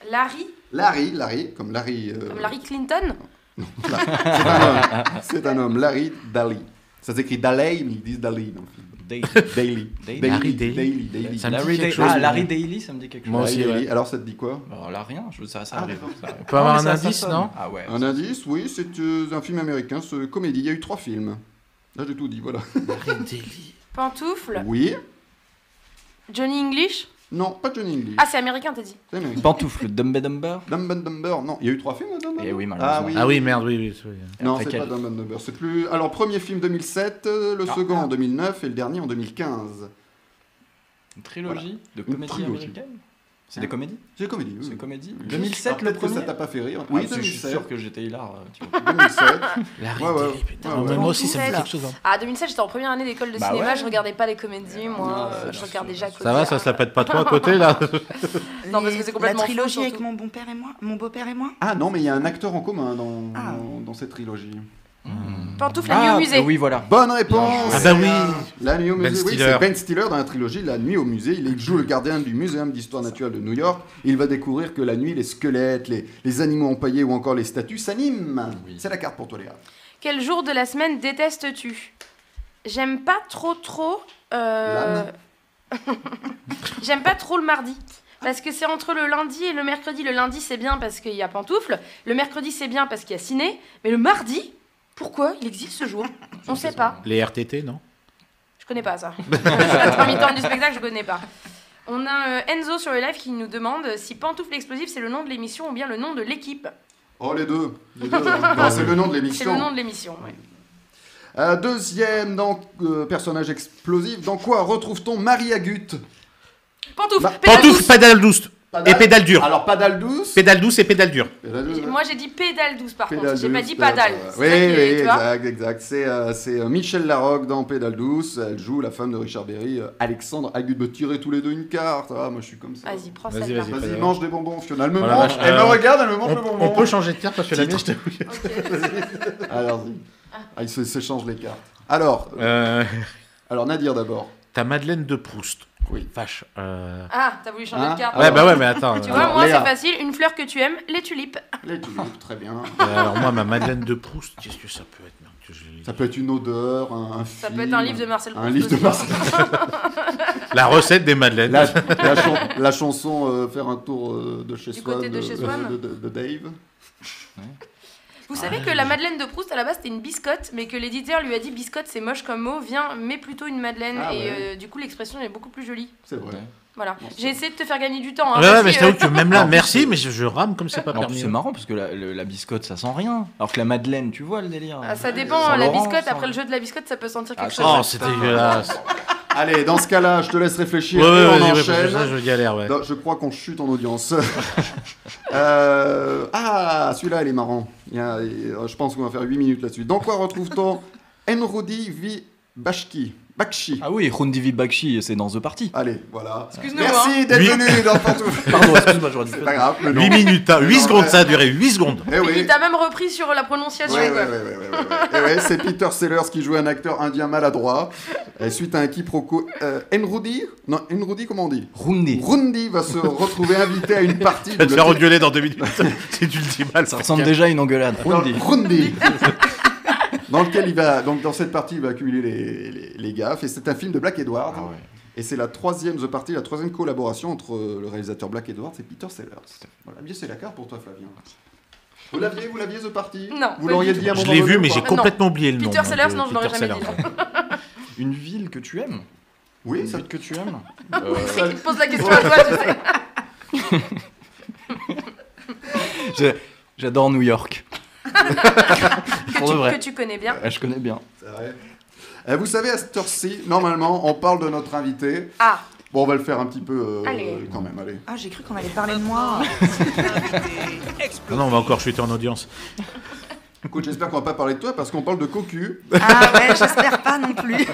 [SPEAKER 5] Larry
[SPEAKER 3] Euh,
[SPEAKER 2] Larry, Larry, comme Larry. euh,
[SPEAKER 5] Comme Larry Clinton
[SPEAKER 2] C'est un homme. C'est un homme. Larry Daly. Ça s'écrit Daly, mais ils disent Daly. dans le film.
[SPEAKER 4] Day-
[SPEAKER 2] Daly.
[SPEAKER 4] Daly.
[SPEAKER 2] Daly.
[SPEAKER 3] Larry
[SPEAKER 2] Daly.
[SPEAKER 3] Daly.
[SPEAKER 2] Daly.
[SPEAKER 3] Ça me dit
[SPEAKER 4] Larry
[SPEAKER 3] quelque
[SPEAKER 4] Day-
[SPEAKER 3] chose,
[SPEAKER 4] Ah,
[SPEAKER 3] mais-
[SPEAKER 4] Larry Daily, ça me dit quelque chose. Bah,
[SPEAKER 3] Moi aussi.
[SPEAKER 2] Larry
[SPEAKER 3] ouais.
[SPEAKER 2] Daly. Alors ça te dit quoi
[SPEAKER 4] Alors là, rien, je ça, ça
[SPEAKER 2] Ah,
[SPEAKER 4] arrive. ça arrive.
[SPEAKER 3] peut avoir
[SPEAKER 4] Non,
[SPEAKER 3] un
[SPEAKER 4] mais ça- ça
[SPEAKER 3] indice,
[SPEAKER 4] sonne.
[SPEAKER 3] non
[SPEAKER 4] Ah ouais.
[SPEAKER 2] Un indice, oui, c'est euh, un film américain, ce comédie. Il y a eu trois films. Là, j'ai tout dit, voilà.
[SPEAKER 5] Pantoufle
[SPEAKER 2] Oui.
[SPEAKER 5] Johnny English
[SPEAKER 2] Non, pas Johnny English.
[SPEAKER 5] Ah, c'est américain, t'as dit
[SPEAKER 2] C'est américain.
[SPEAKER 4] Pantoufle, Dumb and Dumber.
[SPEAKER 2] Dumb and Dumber, non. Il y a eu trois films, Dumb and
[SPEAKER 4] Eh oui,
[SPEAKER 2] Dumber
[SPEAKER 4] malheureusement.
[SPEAKER 3] Ah oui, merde, oui, oui. oui.
[SPEAKER 2] Non,
[SPEAKER 4] Après
[SPEAKER 2] c'est pas
[SPEAKER 4] quel
[SPEAKER 2] Dumb and Dumber. C'est plus... Alors, premier film 2007, euh, le
[SPEAKER 4] Ah.
[SPEAKER 2] second en 2009 et le dernier en 2015.
[SPEAKER 4] Une trilogie de comédie
[SPEAKER 2] trilogie.
[SPEAKER 4] américaine C'est des comédies
[SPEAKER 2] C'est une comédie. oui.
[SPEAKER 4] C'est comédie
[SPEAKER 2] Juste,
[SPEAKER 4] 2007
[SPEAKER 2] alors,
[SPEAKER 4] le
[SPEAKER 2] peut-être que
[SPEAKER 4] premier
[SPEAKER 2] ça t'a pas fait rire.
[SPEAKER 4] Ah,
[SPEAKER 2] Oui,
[SPEAKER 4] parce que Je suis
[SPEAKER 2] 2007.
[SPEAKER 4] sûr que j'étais hilar. euh, tu vois.
[SPEAKER 2] 2007.
[SPEAKER 4] La
[SPEAKER 2] Ouais, ouais.
[SPEAKER 4] réalité, putain.
[SPEAKER 2] Ouais,
[SPEAKER 6] mais
[SPEAKER 2] ouais.
[SPEAKER 6] moi aussi, ça me fait quelque
[SPEAKER 10] chose.
[SPEAKER 5] Ah, 2007, j'étais en première année d'école de
[SPEAKER 4] Bah
[SPEAKER 5] cinéma,
[SPEAKER 4] ouais.
[SPEAKER 5] je regardais pas les comédies, moi.
[SPEAKER 4] Ah,
[SPEAKER 5] euh,
[SPEAKER 4] bien
[SPEAKER 5] je
[SPEAKER 4] sûr,
[SPEAKER 5] regardais
[SPEAKER 4] bien
[SPEAKER 5] Jacques.
[SPEAKER 3] Ça va,
[SPEAKER 5] Audiard.
[SPEAKER 3] ça se la pète pas trop à côté là
[SPEAKER 5] Non, parce que c'est
[SPEAKER 6] Les-
[SPEAKER 5] complètement
[SPEAKER 6] La
[SPEAKER 5] faux,
[SPEAKER 6] trilogie
[SPEAKER 5] surtout.
[SPEAKER 6] avec mon bon-père et moi, mon beau-père et moi.
[SPEAKER 2] Ah non, mais il y a un acteur en commun dans,
[SPEAKER 6] Ah.
[SPEAKER 2] dans cette trilogie.
[SPEAKER 5] Pantoufle la nuit
[SPEAKER 4] Ah,
[SPEAKER 5] au
[SPEAKER 3] euh,
[SPEAKER 5] musée.
[SPEAKER 4] oui, voilà.
[SPEAKER 2] Bonne réponse
[SPEAKER 3] Ah bah oui.
[SPEAKER 2] La nuit au
[SPEAKER 3] Ben
[SPEAKER 2] musée, oui,
[SPEAKER 3] Stiller.
[SPEAKER 2] c'est Ben Stiller dans la trilogie La nuit au musée. Il joue le gardien du Muséum d'histoire naturelle de New York. Il va découvrir que la nuit, les squelettes, les, les animaux empaillés ou encore les statues s'animent.
[SPEAKER 4] Oui.
[SPEAKER 2] C'est la carte pour toi, Léa.
[SPEAKER 5] Quel jour de la semaine détestes-tu J'aime pas trop trop. euh, J'aime pas trop le mardi. Parce que c'est entre le lundi et le mercredi. Le lundi, c'est bien parce qu'il y a pantoufle. Le mercredi, c'est bien parce qu'il y a ciné. Mais le mardi, pourquoi il existe ce jour On sait pas.
[SPEAKER 3] Les RTT, non
[SPEAKER 5] Je connais pas ça. je suis intermittente du spectacle, je connais pas. On a euh, Enzo sur le live qui nous demande si Pantoufle Explosive c'est le nom de l'émission ou bien le nom de l'équipe.
[SPEAKER 2] Oh, les deux. Les deux. Non,
[SPEAKER 3] Ah
[SPEAKER 2] c'est le nom de
[SPEAKER 5] C'est
[SPEAKER 2] l'émission.
[SPEAKER 5] le nom de l'émission. ouais.
[SPEAKER 2] Euh, deuxième dans, euh, personnage explosif. Dans quoi retrouve-t-on Marie Agut
[SPEAKER 5] Pantoufle,
[SPEAKER 2] Bah,
[SPEAKER 5] pédale
[SPEAKER 3] Pantoufle,
[SPEAKER 5] douce.
[SPEAKER 3] pédale douce
[SPEAKER 2] Pédale-
[SPEAKER 3] et pédale dure.
[SPEAKER 2] Alors, Padal douce.
[SPEAKER 3] Pédale douce et pédale dure.
[SPEAKER 2] Pédale douce, ouais.
[SPEAKER 5] Moi j'ai dit pédale douce par
[SPEAKER 2] Euh, Pédale
[SPEAKER 5] contre, j'ai pas
[SPEAKER 2] douce,
[SPEAKER 5] dit
[SPEAKER 2] pédale-
[SPEAKER 5] pédale.
[SPEAKER 2] Oui,
[SPEAKER 5] C'est ça qui est-
[SPEAKER 2] oui,
[SPEAKER 5] tu vois.
[SPEAKER 2] exact, exact. C'est euh, c'est, euh, Michel Larocque dans Pédale douce. Elle joue la femme de Richard Berry. euh, Alexandre Agut me tirer tous les deux une carte. Ah, moi, je suis comme ça.
[SPEAKER 5] Vas-y, prends
[SPEAKER 3] Vas-y,
[SPEAKER 5] ça.
[SPEAKER 3] vas-y.
[SPEAKER 2] Vas-y,
[SPEAKER 3] Pédale.
[SPEAKER 2] mange des bonbons, Fiona. Elle me
[SPEAKER 3] Oh la
[SPEAKER 2] mange.
[SPEAKER 3] vache,
[SPEAKER 2] Elle me
[SPEAKER 3] euh,
[SPEAKER 2] regarde, elle me mange
[SPEAKER 3] On,
[SPEAKER 2] le
[SPEAKER 3] on
[SPEAKER 2] bonbon.
[SPEAKER 3] peut changer de carte parce que la mienne,
[SPEAKER 2] Titre.
[SPEAKER 3] je t'avoue.
[SPEAKER 2] Alors, vas-y. Ah, ils se- s'échangent les cartes. Alors, euh,
[SPEAKER 3] Euh,
[SPEAKER 2] alors Nadir d'abord.
[SPEAKER 3] Ta Madeleine de Proust.
[SPEAKER 2] Oui.
[SPEAKER 3] Vache. euh,
[SPEAKER 5] Ah, t'as voulu changer
[SPEAKER 2] Hein
[SPEAKER 5] de carte.
[SPEAKER 2] Ah,
[SPEAKER 3] Ouais,
[SPEAKER 2] Alors-
[SPEAKER 3] bah ouais, mais attends.
[SPEAKER 5] Tu
[SPEAKER 3] euh,
[SPEAKER 5] vois,
[SPEAKER 2] Alors,
[SPEAKER 5] moi
[SPEAKER 2] Léa.
[SPEAKER 5] c'est facile, une fleur que tu aimes, les tulipes.
[SPEAKER 2] Les tulipes, très bien.
[SPEAKER 3] euh, alors, moi, ma Madeleine de Proust, qu'est-ce que ça peut être merde, que je l'ai
[SPEAKER 2] Ça
[SPEAKER 3] dit.
[SPEAKER 2] peut être une odeur, un, un
[SPEAKER 5] Ça
[SPEAKER 2] film,
[SPEAKER 5] peut être un livre de Marcel Proust.
[SPEAKER 2] Un livre de
[SPEAKER 5] aussi.
[SPEAKER 2] Marcel.
[SPEAKER 3] La recette des Madeleines.
[SPEAKER 2] La, la chan- la chanson euh, Faire un tour euh, de chez
[SPEAKER 5] Du
[SPEAKER 2] soi
[SPEAKER 5] côté de chez Swan.
[SPEAKER 2] de- de- de Dave.
[SPEAKER 5] Vous savez que la Madeleine de Proust à la base c'était une biscotte, mais que l'éditeur lui a dit biscotte c'est moche comme mot, viens, mets plutôt une Madeleine.
[SPEAKER 2] Ah
[SPEAKER 5] et
[SPEAKER 2] ouais.
[SPEAKER 5] euh, du coup l'expression est beaucoup plus jolie.
[SPEAKER 2] C'est vrai.
[SPEAKER 5] Voilà,
[SPEAKER 2] Bon, c'est-
[SPEAKER 5] j'ai essayé de te faire gagner du temps. hein,
[SPEAKER 3] ouais, ouais,
[SPEAKER 5] vas-y,
[SPEAKER 3] mais je t'avoue que même là,
[SPEAKER 4] Non,
[SPEAKER 3] merci,
[SPEAKER 4] c'est-
[SPEAKER 3] mais je, je rame comme c'est pas
[SPEAKER 4] En plus,
[SPEAKER 3] permis. hein.
[SPEAKER 4] c'est marrant parce que la, le- la biscotte ça sent rien. Alors que la madeleine, tu vois le délire.
[SPEAKER 5] Ah,
[SPEAKER 3] euh,
[SPEAKER 5] ça dépend,
[SPEAKER 4] Sans
[SPEAKER 5] la
[SPEAKER 4] Laurent,
[SPEAKER 5] biscotte,
[SPEAKER 4] sans-
[SPEAKER 5] après le jeu de la biscotte, ça peut sentir quelque
[SPEAKER 4] Ah,
[SPEAKER 5] chose.
[SPEAKER 3] Oh, c'est dégueulasse.
[SPEAKER 2] Allez, dans ce cas-là, je te laisse réfléchir
[SPEAKER 3] Ouais, ouais,
[SPEAKER 2] et on
[SPEAKER 3] vas-y, ouais, parce que
[SPEAKER 2] enchaîne.
[SPEAKER 3] ça, je galère, ouais.
[SPEAKER 2] Non, je crois qu'on chute en audience. Euh, ah, celui-là, il est marrant. Il y a- euh, je pense qu'on va faire 8 minutes là-dessus. Dans quoi retrouve-t-on Enrodi V. Bashki Bakshi
[SPEAKER 4] Ah oui, Rundivi Bakshi, c'est dans The Party.
[SPEAKER 2] Allez, voilà.
[SPEAKER 5] Excuse-nous, hein.
[SPEAKER 2] Merci d'être
[SPEAKER 3] Lui-
[SPEAKER 2] venu dans Pantoufle.
[SPEAKER 4] Pardon, excuse-moi, j'aurais dû
[SPEAKER 2] C'est
[SPEAKER 4] faire-
[SPEAKER 2] pas grave, le nom.
[SPEAKER 3] 8 minutes, hein, 8
[SPEAKER 2] Non,
[SPEAKER 3] secondes,
[SPEAKER 2] ouais.
[SPEAKER 3] ça a duré 8 secondes.
[SPEAKER 2] Eh oui.
[SPEAKER 5] Il t'a même repris sur la prononciation.
[SPEAKER 2] Ouais,
[SPEAKER 5] quoi.
[SPEAKER 2] ouais, ouais, ouais, ouais, ouais, ouais. Eh ouais, c'est Peter Sellers qui jouait un acteur indien maladroit. Et suite à un quiproquo, euh, Enrudi, non, Enrudi, comment on dit
[SPEAKER 4] Rundi.
[SPEAKER 2] Rundi va se retrouver invité à une partie.
[SPEAKER 3] Je vais
[SPEAKER 2] de
[SPEAKER 3] te faire engueuler dans 2 minutes si tu le dis mal.
[SPEAKER 4] Ça ressemble déjà à une engueulade. Rundi.
[SPEAKER 2] Rundi. Dans lequel il va, donc dans cette partie, il va accumuler les, les- les gaffes. Et c'est un film de Black Edward.
[SPEAKER 4] Ah ouais.
[SPEAKER 2] Et c'est la troisième The Party, la troisième collaboration entre euh, le réalisateur Black Edward et Peter Sellers. Voilà, bien c'est la carte pour toi, Flavien. Vous l'aviez, vous l'aviez The Party
[SPEAKER 5] Non,
[SPEAKER 2] Vous
[SPEAKER 5] pas
[SPEAKER 2] l'auriez
[SPEAKER 5] du
[SPEAKER 2] dit à un
[SPEAKER 3] Je
[SPEAKER 2] moment
[SPEAKER 3] l'ai
[SPEAKER 2] donné Ah
[SPEAKER 3] vu,
[SPEAKER 2] ou
[SPEAKER 3] mais
[SPEAKER 2] pas
[SPEAKER 3] j'ai
[SPEAKER 5] Non.
[SPEAKER 3] complètement oublié le nom.
[SPEAKER 5] Peter
[SPEAKER 3] hein,
[SPEAKER 5] Sellers,
[SPEAKER 3] de
[SPEAKER 5] non, je l'aurais
[SPEAKER 3] Peter
[SPEAKER 5] jamais dit.
[SPEAKER 3] Sellers.
[SPEAKER 4] Une ville que tu aimes
[SPEAKER 2] Oui,
[SPEAKER 4] Une
[SPEAKER 2] ça
[SPEAKER 4] ville que tu aimes
[SPEAKER 5] C'est qu'il te pose la question à toi, tu sais.
[SPEAKER 4] J'ai- J'adore New York. Pour de
[SPEAKER 5] Que
[SPEAKER 4] vrai.
[SPEAKER 5] tu connais bien.
[SPEAKER 4] Ah, Je connais bien.
[SPEAKER 2] C'est vrai. Euh, vous savez, à cette heure-ci, normalement, on parle de notre invité.
[SPEAKER 5] Ah,
[SPEAKER 2] Bon, on va le faire un petit peu euh,
[SPEAKER 5] Allez.
[SPEAKER 2] quand même, allez.
[SPEAKER 6] Ah, j'ai cru qu'on allait parler de moi.
[SPEAKER 1] Invité
[SPEAKER 3] Ah
[SPEAKER 1] explosif.
[SPEAKER 3] Non, on va encore chuter en audience.
[SPEAKER 2] Écoute, j'espère qu'on va pas parler de toi parce qu'on parle de cocu.
[SPEAKER 6] Ah ouais, j'espère pas non plus.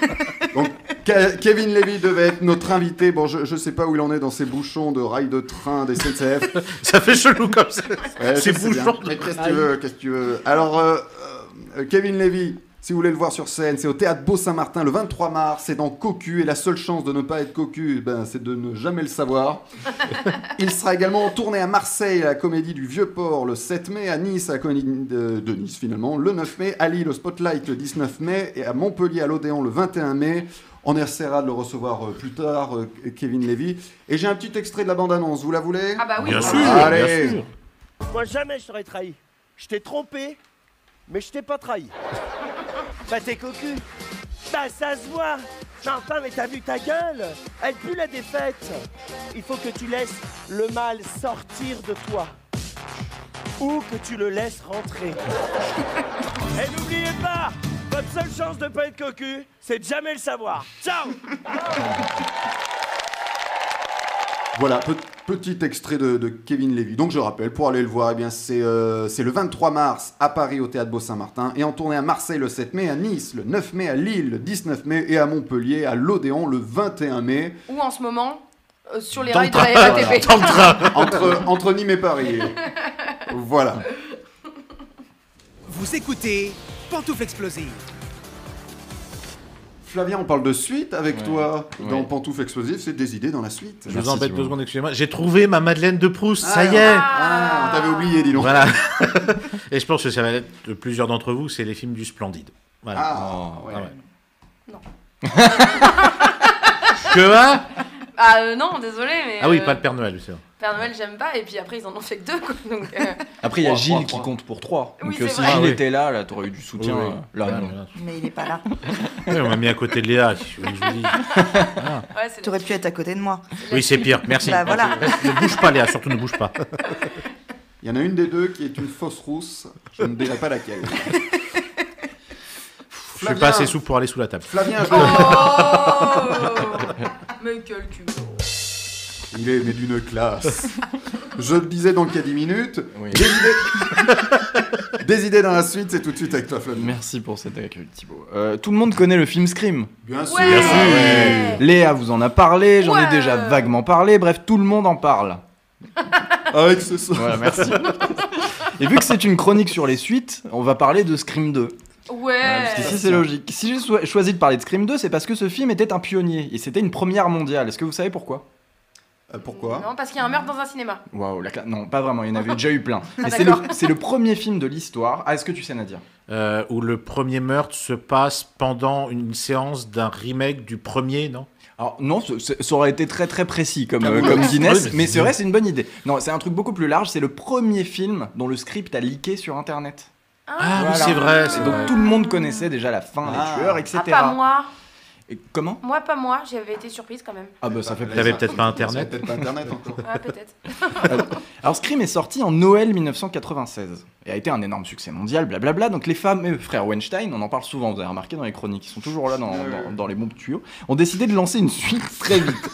[SPEAKER 2] Donc, Ke- Kevin Levy devait être notre invité. Bon, je, je sais pas où il en est dans ces bouchons de rails de train des CTF.
[SPEAKER 3] Ça fait chelou comme ça.
[SPEAKER 2] Ouais,
[SPEAKER 3] Ces
[SPEAKER 2] je sais bien.
[SPEAKER 3] bouchons de
[SPEAKER 2] Mais
[SPEAKER 5] Ah
[SPEAKER 2] Qu'est-ce que tu
[SPEAKER 3] rails.
[SPEAKER 2] veux, qu'est-ce que tu veux Alors, euh, euh, Kevin Levy, si vous voulez le voir sur scène, c'est au Théâtre Beau-Saint-Martin le 23 mars. C'est dans Cocu. Et la seule chance de ne pas être cocu, ben, c'est de ne jamais le savoir. Il sera également en tournée à Marseille, à la Comédie du Vieux-Port, le 7 mai, à Nice, à la Comédie de, de Nice, finalement, le 9 mai, à Lille, au Spotlight, le 19 mai, et à Montpellier, à l'Odéon, le 21 mai. On essaiera de le recevoir euh, plus tard, euh, Kevin Levy. Et j'ai un petit extrait de la bande-annonce, vous la voulez
[SPEAKER 5] ah bah oui.
[SPEAKER 3] Bien
[SPEAKER 5] bah
[SPEAKER 3] sûr,
[SPEAKER 5] oui.
[SPEAKER 2] Allez.
[SPEAKER 3] bien sûr.
[SPEAKER 10] Moi, jamais je t'aurais trahi. Je t'ai trompé, mais je t'ai pas trahi. bah, t'es cocu. Bah, ça se voit. Non, enfin, mais t'as vu ta gueule Elle pue la défaite. Il faut que tu laisses le mal sortir de toi. Ou que tu le laisses rentrer. Et n'oubliez pas, votre seule chance de pas être cocu, c'est de jamais le savoir. Ciao
[SPEAKER 2] Voilà, peut- Petit extrait de, de Kevin Lévy. Donc je rappelle, pour aller le voir, eh bien c'est euh, c'est le 23 mars à Paris au Théâtre Beau-Saint-Martin et en tournée à Marseille le 7 mai, à Nice le 9 mai, à Lille le 19 mai et à Montpellier à l'Odéon le 21 mai.
[SPEAKER 5] Ou en ce moment, euh, sur les
[SPEAKER 3] Dans
[SPEAKER 5] rails
[SPEAKER 3] le
[SPEAKER 5] de la
[SPEAKER 3] train.
[SPEAKER 5] RATP.
[SPEAKER 3] Dans le train.
[SPEAKER 2] Entre, entre Nîmes et Paris. Voilà.
[SPEAKER 1] Vous écoutez Pantoufle Explosive.
[SPEAKER 2] Flavien, on parle de suite avec
[SPEAKER 4] Ouais.
[SPEAKER 2] toi dans
[SPEAKER 4] Ouais.
[SPEAKER 2] Pantoufle Explosive, c'est des idées dans la suite.
[SPEAKER 3] Je
[SPEAKER 4] Merci,
[SPEAKER 3] vous embête
[SPEAKER 4] Thibaut.
[SPEAKER 3] deux secondes, excusez-moi. J'ai trouvé ma Madeleine de Proust, ça y est.
[SPEAKER 2] Ah, on t'avait oublié, dis donc.
[SPEAKER 3] Voilà. Et je pense que ça va être de plusieurs d'entre vous, c'est les films du Splendide. Voilà.
[SPEAKER 2] Ah,
[SPEAKER 4] Oh,
[SPEAKER 2] ouais.
[SPEAKER 3] Ah ouais.
[SPEAKER 5] Non.
[SPEAKER 3] que hein
[SPEAKER 5] Ah euh, non, désolé, mais.
[SPEAKER 3] Ah oui,
[SPEAKER 5] euh,
[SPEAKER 3] pas le Père Noël, c'est vrai.
[SPEAKER 5] Père Noël, j'aime pas, et puis après, ils en ont fait que deux, quoi. Donc, euh,
[SPEAKER 4] Après, il y a
[SPEAKER 2] Trois,
[SPEAKER 4] Gilles
[SPEAKER 2] trois,
[SPEAKER 4] qui
[SPEAKER 2] trois.
[SPEAKER 4] compte pour 3.
[SPEAKER 5] Oui,
[SPEAKER 4] Donc,
[SPEAKER 5] c'est
[SPEAKER 4] euh, si
[SPEAKER 5] vrai.
[SPEAKER 4] Gilles
[SPEAKER 3] Ah oui.
[SPEAKER 4] était là, là, t'aurais eu du soutien.
[SPEAKER 3] Oui, oui.
[SPEAKER 4] euh, Là,
[SPEAKER 3] Ah,
[SPEAKER 4] non.
[SPEAKER 3] là,
[SPEAKER 6] Mais il est pas là.
[SPEAKER 3] Oui, on m'a mis à côté de Léa. je- je vous dis.
[SPEAKER 5] ouais, c'est
[SPEAKER 6] T'aurais pu être à côté de moi.
[SPEAKER 3] Oui, c'est pire. Merci.
[SPEAKER 6] Bah voilà.
[SPEAKER 3] Ne bouge pas, Léa. Surtout, ne bouge pas.
[SPEAKER 2] Il y en a une des deux qui est une fausse rousse, je ne dirai pas laquelle.
[SPEAKER 3] Je suis pas assez souple pour aller sous la table.
[SPEAKER 2] Flavien, je-
[SPEAKER 5] Oh Mais quel cul
[SPEAKER 2] il est mais d'une classe. Je le disais dans le cas 10 minutes.
[SPEAKER 4] Oui.
[SPEAKER 2] Des idées... des idées dans la suite, c'est tout de suite avec toi, Flavien.
[SPEAKER 4] Merci pour cet accueil, Thibaut. Euh, tout le monde connaît le film Scream.
[SPEAKER 2] Bien sûr.
[SPEAKER 5] Ah Ouais. Bien sûr.
[SPEAKER 2] Ouais.
[SPEAKER 4] Mmh. Léa vous en a parlé, j'en
[SPEAKER 5] Ouais.
[SPEAKER 4] ai déjà vaguement parlé. Bref, tout le monde en parle.
[SPEAKER 2] Avec ce son.
[SPEAKER 4] Voilà, merci. Et vu que c'est une chronique sur les suites, on va parler de Scream 2.
[SPEAKER 5] Ouais
[SPEAKER 3] Ah,
[SPEAKER 4] Parce qu'ici, c'est logique. Si j'ai so- choisi de parler de Scream 2, c'est parce que ce film était un pionnier et c'était une première mondiale. Est-ce que vous savez pourquoi
[SPEAKER 2] Euh, pourquoi
[SPEAKER 5] Non, parce qu'il y a un meurtre dans un cinéma.
[SPEAKER 4] Waouh, la cla- Non, pas vraiment, il y en avait déjà eu plein. Mais c'est le,
[SPEAKER 5] Ah, d'accord.
[SPEAKER 4] c'est le premier film de l'histoire. Ah, est-ce que tu sais, Nadir
[SPEAKER 3] Euh, où le premier meurtre se passe pendant une séance d'un remake du premier, non
[SPEAKER 4] Alors, non, ce- ce- ça aurait été très très précis comme, euh,
[SPEAKER 3] oui.
[SPEAKER 4] comme Guinness,
[SPEAKER 3] Oui, mais
[SPEAKER 4] mais
[SPEAKER 3] c'est-
[SPEAKER 4] c'est vrai, c'est une bonne idée. Non, c'est un truc beaucoup plus large, c'est le premier film dont le script a leaké sur internet.
[SPEAKER 3] Ah oui,
[SPEAKER 4] Voilà.
[SPEAKER 3] c'est vrai.
[SPEAKER 4] Et
[SPEAKER 3] c'est
[SPEAKER 4] donc
[SPEAKER 3] vrai.
[SPEAKER 4] tout le monde connaissait déjà la fin,
[SPEAKER 2] Ah.
[SPEAKER 4] les tueurs, etc.
[SPEAKER 5] Ah, pas moi
[SPEAKER 4] Et comment
[SPEAKER 5] Moi, pas moi, j'avais été surprise quand même.
[SPEAKER 4] Ah bah ça fait plaisir.
[SPEAKER 3] T'avais peut-être pas Internet.
[SPEAKER 2] Peut-être pas Internet encore.
[SPEAKER 5] Ouais, peut-être.
[SPEAKER 4] Alors Scream est sorti en Noël 1996 et a été un énorme succès mondial, blablabla. Donc les fameux frères Weinstein, on en parle souvent, vous avez remarqué dans les chroniques, ils sont toujours là dans, dans- dans les bons tuyaux, ont décidé de lancer une suite très vite.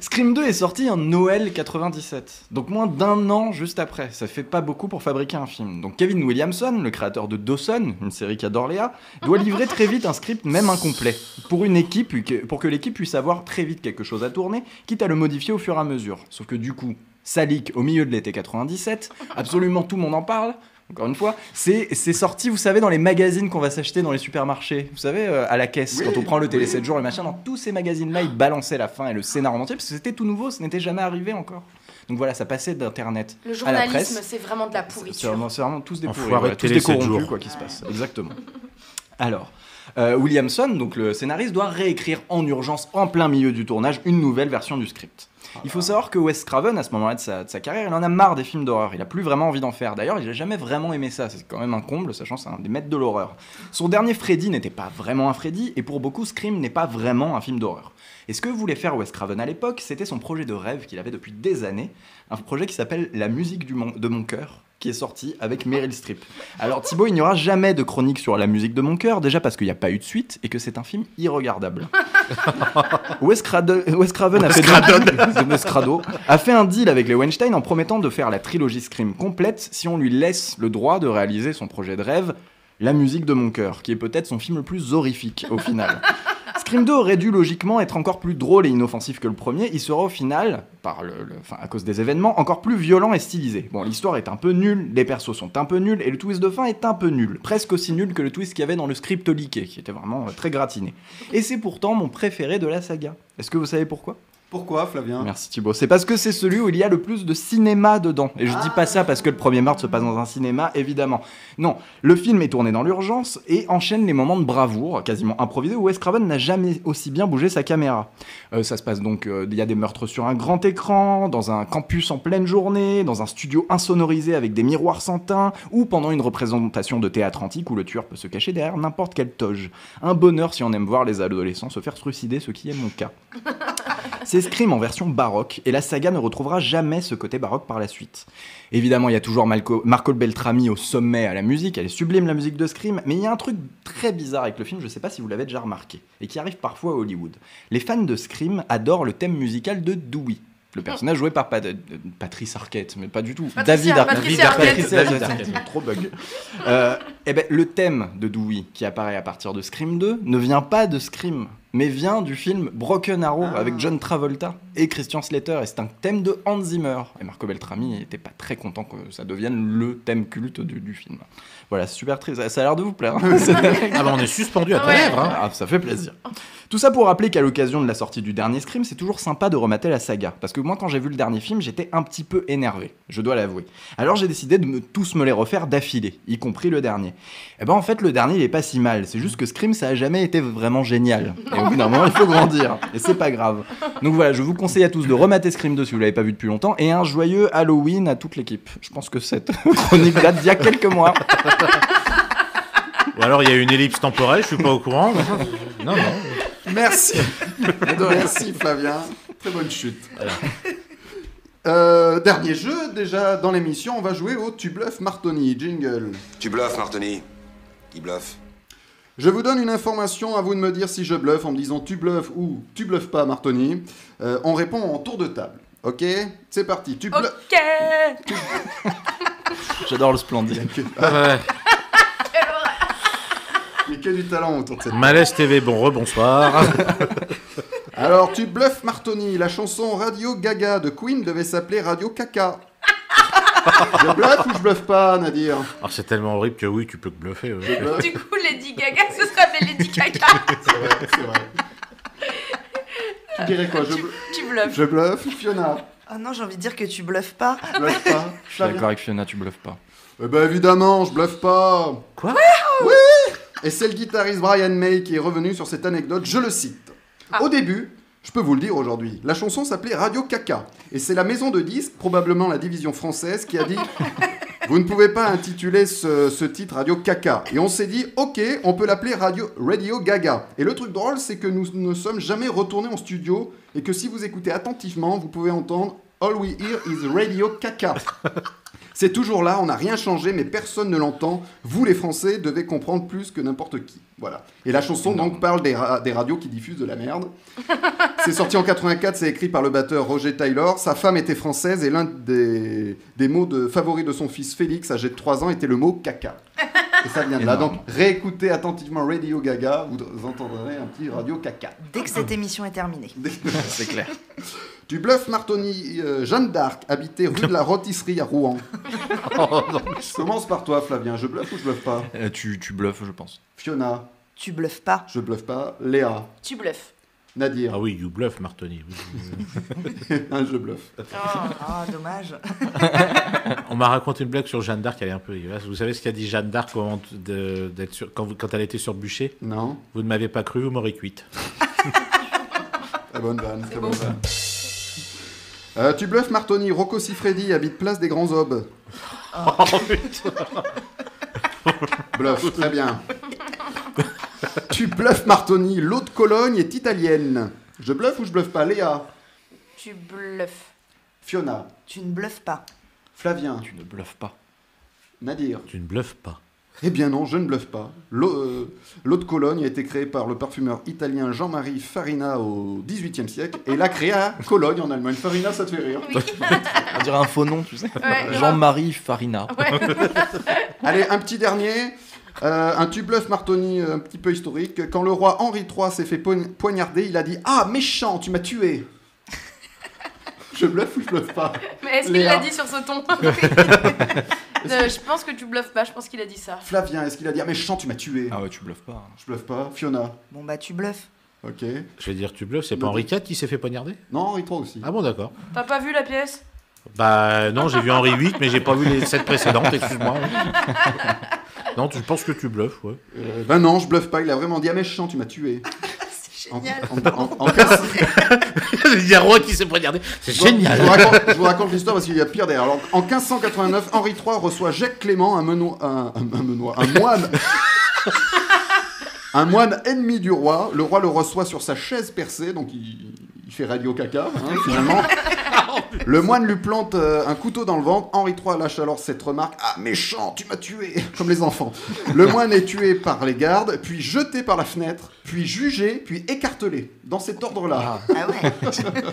[SPEAKER 4] Scream 2 est sorti en Noël 97, donc moins d'un an juste après. Ça fait pas beaucoup pour fabriquer un film. Donc Kevin Williamson, le créateur de Dawson, une série qu'adore Léa, doit livrer très vite un script même incomplet pour une équipe, pour que l'équipe puisse avoir très vite quelque chose à tourner, quitte à le modifier au fur et à mesure. Sauf que du coup, Salik au milieu de l'été 97, absolument tout le monde en parle. Encore une fois, c'est c'est sorti, vous savez, dans les magazines qu'on va s'acheter dans les supermarchés. Vous savez, euh, à la caisse,
[SPEAKER 2] Oui,
[SPEAKER 4] quand on prend le télé
[SPEAKER 2] oui.
[SPEAKER 4] 7 jours, le machin, dans tous ces magazines-là, ils balançaient la fin et le scénar en entier, parce que c'était tout nouveau, ce n'était jamais arrivé encore. Donc voilà, ça passait d'Internet
[SPEAKER 5] Le
[SPEAKER 4] à la
[SPEAKER 5] journalisme,
[SPEAKER 4] presse.
[SPEAKER 5] c'est vraiment de la
[SPEAKER 4] C'est
[SPEAKER 5] pourriture.
[SPEAKER 4] vraiment, c'est vraiment tous des
[SPEAKER 3] Enfoiré
[SPEAKER 4] pourris, voilà,
[SPEAKER 3] de
[SPEAKER 4] tous
[SPEAKER 3] télé
[SPEAKER 4] des
[SPEAKER 3] sept
[SPEAKER 4] corrompus,
[SPEAKER 3] jours.
[SPEAKER 4] quoi, qui se passe. Exactement. Alors, euh, Williamson, donc le scénariste, doit réécrire en urgence, en plein milieu du tournage, une nouvelle version du script. Il faut savoir que Wes Craven, à ce moment-là de sa, de sa carrière, il en a marre des films d'horreur. Il a plus vraiment envie d'en faire. D'ailleurs, il a jamais vraiment aimé ça. C'est quand même un comble, sachant que c'est un des maîtres de l'horreur. Son dernier Freddy n'était pas vraiment un Freddy, et pour beaucoup, Scream n'est pas vraiment un film d'horreur. Et ce que voulait faire Wes Craven à l'époque, c'était son projet de rêve qu'il avait depuis des années, un projet qui s'appelle La musique du mon- de mon cœur, qui est sorti avec Meryl Streep. Alors Thibaut, il n'y aura jamais de chronique sur La musique de mon cœur, déjà parce qu'il n'y a pas eu de suite et que c'est un film irregardable. Wes, Crado- Wes Craven a fait Wes Crado a fait un deal avec les Weinstein en promettant de faire la trilogie Scream complète si on lui laisse le droit de réaliser son projet de rêve, La musique de mon cœur, qui est peut-être son film le plus horrifique au final. Scream 2 aurait dû logiquement être encore plus drôle et inoffensif que le premier, il sera au final, par le, le- enfin, à cause des événements, encore plus violent et stylisé. Bon, l'histoire est un peu nulle, les persos sont un peu nuls, et le twist de fin est un peu nul, presque aussi nul que le twist qu'il y avait dans le script leaké, qui était vraiment euh, très gratiné. Et c'est pourtant mon préféré de la saga. Est-ce que vous savez pourquoi
[SPEAKER 2] Pourquoi, Flavien
[SPEAKER 4] Merci Thibaut. C'est parce que c'est celui où il y a le plus de cinéma dedans. Et je dis pas ça parce que le premier meurtre se passe dans un cinéma, évidemment. Non, le film est tourné dans l'urgence et enchaîne les moments de bravoure, quasiment improvisés, où Wes Craven n'a jamais aussi bien bougé sa caméra. Euh, ça se passe donc, euh, il y a des meurtres sur un grand écran, dans un campus en pleine journée, dans un studio insonorisé avec des miroirs sans teint, ou pendant une représentation de théâtre antique où le tueur peut se cacher derrière n'importe quelle toge. Un bonheur si on aime voir les adolescents se faire trucider, ce qui est mon cas. C'est Scream en version baroque, et la saga ne retrouvera jamais ce côté baroque par la suite. Évidemment, il y a toujours Malco- Marco Beltrami au sommet à la musique, elle est sublime la musique de Scream, mais il y a un truc très bizarre avec le film, je sais pas si vous l'avez déjà remarqué, et qui arrive parfois à Hollywood. Les fans de Scream adorent le thème musical de Dewey. Le personnage joué par Pat- euh, Patrice Arquette, mais pas du tout.
[SPEAKER 5] Patricia,
[SPEAKER 4] David, Ar-
[SPEAKER 5] Patricia
[SPEAKER 4] David
[SPEAKER 5] Arquette.
[SPEAKER 4] Patricia
[SPEAKER 3] David
[SPEAKER 4] Arquette.
[SPEAKER 3] Arquette.
[SPEAKER 4] Trop bug. Euh, eh ben, le thème de Dewey qui apparaît à partir de Scream 2 ne vient pas de Scream, mais vient du film Broken Arrow
[SPEAKER 2] Ah.
[SPEAKER 4] avec John Travolta et Christian Slater. Et c'est un thème de Hans Zimmer. Et Marco Beltrami n'était pas très content que ça devienne le thème culte du, du film. Voilà, super triste. Ça- Ça a l'air de vous plaire. hein, cette anecdote.
[SPEAKER 3] Ah bah on est suspendu à ta
[SPEAKER 5] Ouais.
[SPEAKER 3] lèvre. hein.
[SPEAKER 4] Ah, ça fait plaisir. Tout ça pour rappeler qu'à l'occasion de la sortie du dernier Scream, c'est toujours sympa de remater la saga. Parce que moi, quand j'ai vu le dernier film, j'étais un petit peu énervé, je dois l'avouer. Alors j'ai décidé de me, tous me les refaire d'affilée, y compris le dernier. Et ben en fait, le dernier, il est pas si mal. C'est juste que Scream, ça a jamais été vraiment génial. Et au bout d'un moment, il faut grandir. Et c'est pas grave. Donc voilà, je vous conseille à tous de remater Scream 2 si vous l'avez pas vu depuis longtemps. Et un joyeux Halloween à toute l'équipe. Je pense que cette chronique date d'il y a quelques mois.
[SPEAKER 3] Ou alors il y a une ellipse temporelle, je suis pas au courant. Non, non.
[SPEAKER 2] Merci. Eh ben, Merci Flavien. Très bonne chute. Euh, dernier jeu, déjà dans l'émission, on va jouer au Tu bluffes Martoni, jingle.
[SPEAKER 7] Tu bluffes, Martoni. Qui bluffe
[SPEAKER 2] Je vous donne une information, à vous de me dire si je bluffe en me disant tu bluffes ou tu bluffes pas Martoni. Euh, on répond en tour de table. Ok C'est parti. Tu bluffes.
[SPEAKER 5] Ok
[SPEAKER 4] J'adore le splendide.
[SPEAKER 2] Mais que du talent autour de cette
[SPEAKER 3] Malaise TV, bon rebonsoir.
[SPEAKER 2] Alors, tu bluffes Martoni, la chanson Radio Gaga de Queen devait s'appeler Radio Caca. je bluffe ou je bluffe pas, Nadir
[SPEAKER 3] Ah, c'est tellement horrible que oui, tu peux que bluffer. ouais.
[SPEAKER 2] Je bluffe,
[SPEAKER 5] Du coup, Lady Gaga, ce sera appelé Lady Gaga.
[SPEAKER 2] c'est vrai, c'est vrai. Tu dirais quoi je,
[SPEAKER 5] tu,
[SPEAKER 2] bl-
[SPEAKER 5] tu bluffes.
[SPEAKER 2] je bluffe Fiona,
[SPEAKER 6] Oh non, j'ai envie de dire que tu bluffes pas.
[SPEAKER 2] je bluffe pas
[SPEAKER 4] Je suis d'accord avec Fiona, tu bluffes pas.
[SPEAKER 2] Eh ben évidemment, je bluffe pas
[SPEAKER 3] Quoi
[SPEAKER 2] Oui Et c'est le guitariste Brian May qui est revenu sur cette anecdote, je le cite. Au début, je peux vous le dire aujourd'hui, la chanson s'appelait Radio Caca. Et c'est la maison de disques, probablement la division française, qui a dit Vous ne pouvez pas intituler ce, ce titre Radio Caca. Et on s'est dit Ok, on peut l'appeler Radio, Radio Gaga. Et le truc drôle, c'est que nous ne sommes jamais retournés en studio et que si vous écoutez attentivement, vous pouvez entendre All we hear is Radio Caca. C'est toujours là, on n'a rien changé, mais personne ne l'entend. Vous, les Français, devez comprendre plus que n'importe qui. Voilà. Et la chanson donc parle des, ra- des radios qui diffusent de la merde. c'est sorti en 84, c'est écrit par le batteur Roger Taylor. Sa femme était française et l'un des, des mots de, favoris de son fils Félix, âgé de 3 ans, était le mot caca. Et ça vient de là.
[SPEAKER 4] Énorme.
[SPEAKER 2] Donc réécoutez attentivement Radio Gaga, vous, vous entendrez un petit radio caca.
[SPEAKER 6] Dès que cette émission est terminée.
[SPEAKER 4] C'est clair.
[SPEAKER 2] Du bluff Martoni, euh, Jeanne d'Arc, habitée rue de la Rôtisserie à Rouen. je commence par toi, Flavien. Je bluffe ou je bluffe pas
[SPEAKER 4] Euh, tu, tu bluffes, je pense.
[SPEAKER 2] Fiona,
[SPEAKER 6] Tu bluffes pas.
[SPEAKER 2] je bluffe pas. Léa,
[SPEAKER 5] Tu bluffes.
[SPEAKER 2] Nadir,
[SPEAKER 3] Ah oui, you bluff, Martoni. Oui, oui.
[SPEAKER 2] un je bluffe.
[SPEAKER 6] Ah, dommage.
[SPEAKER 3] On m'a raconté une blague sur Jeanne d'Arc, elle est un peu dégueulasse. Vous savez ce qu'a dit Jeanne d'Arc avant de- d'être sur- quand, vous- quand elle était sur le bûcher
[SPEAKER 2] Non,
[SPEAKER 3] Vous ne m'avez pas cru, vous m'aurez cuite.
[SPEAKER 2] très bonne vanne, très
[SPEAKER 5] beau.
[SPEAKER 2] bonne vanne. Euh, tu bluffes Martoni, Rocco Siffredi habite place des Grands Aubes. Bluff, très bien. tu bluffes Martoni, l'eau de Cologne est italienne. Je bluffe ou je bluffe pas Léa,
[SPEAKER 5] Tu bluffes.
[SPEAKER 2] Fiona,
[SPEAKER 6] Tu ne bluffes pas.
[SPEAKER 2] Flavien,
[SPEAKER 4] Tu ne bluffes pas.
[SPEAKER 2] Nadir.
[SPEAKER 3] Tu ne bluffes pas.
[SPEAKER 2] Eh bien non, je ne bluffe pas. L'eau euh, l'eau de Cologne a été créée par le parfumeur italien Jean-Marie Farina au XVIIIe siècle et l'a créée à Cologne en Allemagne. Farina, ça te fait rire.
[SPEAKER 5] Oui.
[SPEAKER 4] On dirait un faux nom, tu sais.
[SPEAKER 5] Ouais, Ah
[SPEAKER 4] Jean-Marie Farina.
[SPEAKER 2] Allez, un petit dernier. Euh, un tu bluff Martoni euh, un petit peu historique. Quand le roi Henri III s'est fait poign- poignarder, il a dit Ah, méchant, tu m'as tué Je bluffe ou je bluffe pas
[SPEAKER 5] Mais est-ce qu'il
[SPEAKER 2] Léa.
[SPEAKER 5] l'a dit sur ce ton Euh, Je pense que tu bluffes pas, je pense qu'il a dit ça.
[SPEAKER 2] Flavien, est-ce qu'il a dit Ah, méchant, tu m'as tué
[SPEAKER 4] Ah ouais, tu bluffes pas.
[SPEAKER 2] Je bluffe pas. Fiona,
[SPEAKER 6] Bon bah tu bluffes.
[SPEAKER 2] ok.
[SPEAKER 3] Je vais dire, tu bluffes, c'est pas
[SPEAKER 2] Non.
[SPEAKER 3] Henri IV qui s'est fait poignarder
[SPEAKER 2] Non, Henri III aussi.
[SPEAKER 3] Ah bon, d'accord.
[SPEAKER 5] T'as pas vu la pièce
[SPEAKER 3] Bah non, j'ai vu Henri VIII, mais j'ai pas vu les sept précédentes, excuse-moi. Non, tu- je pense que tu bluffes, ouais.
[SPEAKER 2] Euh, ben non, je bluffe pas. Il a vraiment dit Ah, méchant, tu m'as tué.
[SPEAKER 6] C'est
[SPEAKER 2] En,
[SPEAKER 6] génial.
[SPEAKER 2] en- en- en cas-
[SPEAKER 3] Il y a un roi qui s'est poignardé. C'est
[SPEAKER 2] Bon, Je vous
[SPEAKER 3] génial.
[SPEAKER 2] raconte, je vous raconte l'histoire parce qu'il y a pire derrière. Alors, en 1589, Henri III reçoit Jacques Clément, un, meno- un, un- un menois- un moine. Un moine ennemi du roi, le roi le reçoit sur sa chaise percée, donc il, il fait radio caca, hein, finalement.
[SPEAKER 3] Oh,
[SPEAKER 2] Le moine lui plante euh, un couteau dans le ventre. Henri III lâche alors cette remarque Ah, méchant, tu m'as tué Comme les enfants. Le moine est tué par les gardes, puis jeté par la fenêtre, puis jugé, puis écartelé. Dans cet ordre-là.
[SPEAKER 6] Ah ouais.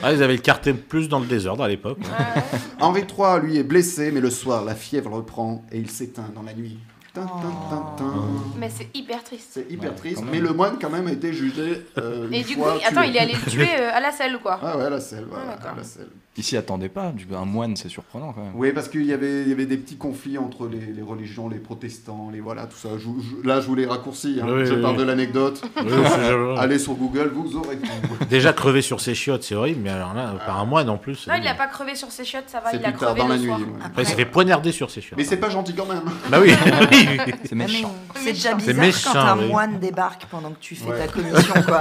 [SPEAKER 3] Ah, ils avaient le carté plus dans le désordre à l'époque. hein.
[SPEAKER 2] Henri III, lui, est blessé, mais le soir, la fièvre reprend et il s'éteint dans la nuit. Tin, tin, tin, tin.
[SPEAKER 5] Mais c'est hyper triste.
[SPEAKER 2] C'est hyper
[SPEAKER 3] Ouais,
[SPEAKER 2] triste,
[SPEAKER 3] quand même.
[SPEAKER 2] mais le moine, quand même, a été jugé. euh, une
[SPEAKER 5] Et du coup,
[SPEAKER 2] fois
[SPEAKER 5] attends,
[SPEAKER 2] tué.
[SPEAKER 5] il est allé le tuer euh, à la selle, quoi.
[SPEAKER 2] Ah ouais, la selle, voilà,
[SPEAKER 5] Ah, d'accord.
[SPEAKER 2] la selle.
[SPEAKER 4] Ici, attendez pas. Du coup, un moine, c'est surprenant quand même.
[SPEAKER 2] Oui, parce qu'il y avait, il y avait des petits conflits entre les, les religions, les protestants, les voilà, tout ça. Je vous- je- là, je vous les raccourcis. hein.
[SPEAKER 3] Oui,
[SPEAKER 2] je
[SPEAKER 3] oui,
[SPEAKER 2] parle
[SPEAKER 3] oui.
[SPEAKER 2] de l'anecdote.
[SPEAKER 3] Oui, c'est-
[SPEAKER 2] Allez sur Google, vous aurez tout.
[SPEAKER 3] Déjà crevé sur ses chiottes, c'est horrible, mais alors là, par un moine en plus.
[SPEAKER 5] Non, Ah, il l'a pas crevé sur ses chiottes, ça va,
[SPEAKER 2] C'est
[SPEAKER 5] il a
[SPEAKER 2] plus tard,
[SPEAKER 5] crevé
[SPEAKER 2] dans
[SPEAKER 5] le
[SPEAKER 2] la nuit.
[SPEAKER 5] soir.
[SPEAKER 2] ouais.
[SPEAKER 6] Après,
[SPEAKER 3] Ouais, il s'est fait poignarder sur ses chiottes.
[SPEAKER 2] Mais c'est pas gentil quand même.
[SPEAKER 3] Bah oui, oui, oui.
[SPEAKER 4] C'est
[SPEAKER 6] Ah, Mais
[SPEAKER 4] méchant.
[SPEAKER 6] C'est déjà
[SPEAKER 5] C'est
[SPEAKER 6] bizarre
[SPEAKER 3] méchant,
[SPEAKER 6] quand un
[SPEAKER 3] oui.
[SPEAKER 6] moine débarque pendant que tu fais
[SPEAKER 2] Ouais.
[SPEAKER 6] ta commission, quoi.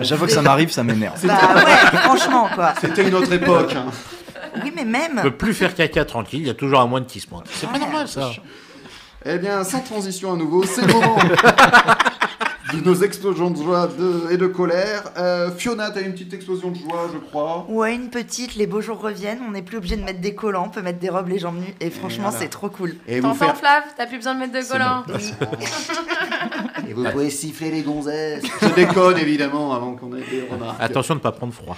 [SPEAKER 4] J'avoue que ça m'arrive, ça m'énerve.
[SPEAKER 6] bah ouais, franchement, quoi.
[SPEAKER 2] C'était une autre époque. hein.
[SPEAKER 6] Oui, mais
[SPEAKER 3] On
[SPEAKER 6] même.
[SPEAKER 3] peut plus faire caca tranquille, il y a toujours un moine qui se pointe. C'est pas
[SPEAKER 6] Ouais,
[SPEAKER 3] normal ça.
[SPEAKER 2] Eh bien, sans transition à nouveau, c'est le moment de nos explosions de joie de- et de colère. Euh, Fiona, t'as une petite explosion de joie, je crois.
[SPEAKER 6] Ouais, une petite, les beaux jours reviennent, on n'est plus obligé de mettre des collants, on peut mettre des robes les jambes nues, et franchement,
[SPEAKER 2] voilà.
[SPEAKER 6] c'est trop cool.
[SPEAKER 2] Et
[SPEAKER 5] T'entends, Flav T'as plus besoin de mettre de collant.
[SPEAKER 2] et vous pouvez siffler les gonzesses. Je déconne évidemment avant qu'on ait des remarques.
[SPEAKER 3] Attention de ne pas prendre froid.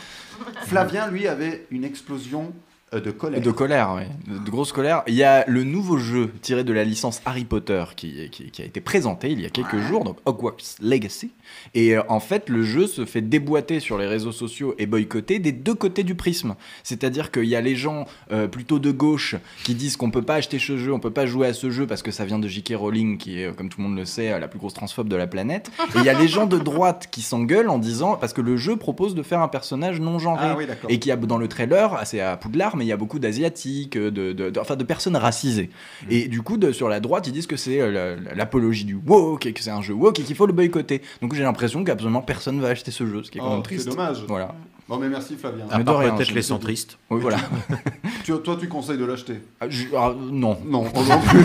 [SPEAKER 2] Flavien, lui, avait une explosion euh, de colère.
[SPEAKER 4] De colère, oui. De, de grosse colère. Il y a le nouveau jeu tiré de la licence Harry Potter qui, qui, qui a été présenté il y a quelques jours, donc Hogwarts Legacy. Et euh, en fait, le jeu se fait déboîter sur les réseaux sociaux et boycotter des deux côtés du prisme. C'est-à-dire qu'il y a les gens euh, plutôt de gauche qui disent qu'on peut pas acheter ce jeu, on peut pas jouer à ce jeu parce que ça vient de J.K. Rowling qui est, euh, comme tout le monde le sait, euh, la plus grosse transphobe de la planète. Et il y a les gens de droite qui s'engueulent en disant parce que le jeu propose de faire un personnage non genré
[SPEAKER 2] Ah oui, d'accord.
[SPEAKER 4] et qui a dans le trailer, ah, c'est à Poudlard, mais il y a beaucoup d'asiatiques, de, de- de- enfin de personnes racisées.
[SPEAKER 2] Mm.
[SPEAKER 4] Et du coup, de- sur la droite, ils disent que c'est euh, la- l'apologie du woke, et que c'est un jeu woke et qu'il faut le boycotter. Donc j'ai l'impression qu'absolument personne va acheter ce jeu, ce qui est quand
[SPEAKER 2] Oh,
[SPEAKER 4] même triste.
[SPEAKER 2] C'est dommage.
[SPEAKER 4] Voilà.
[SPEAKER 2] Bon, mais merci Flavien.
[SPEAKER 3] À
[SPEAKER 4] de
[SPEAKER 3] part
[SPEAKER 4] rien,
[SPEAKER 3] peut-être
[SPEAKER 4] je
[SPEAKER 3] les
[SPEAKER 4] me suis
[SPEAKER 3] centristes.
[SPEAKER 4] Oui, voilà.
[SPEAKER 2] Tu- toi, tu conseilles de l'acheter
[SPEAKER 4] Ah, je- ah, non.
[SPEAKER 2] Non, non plus.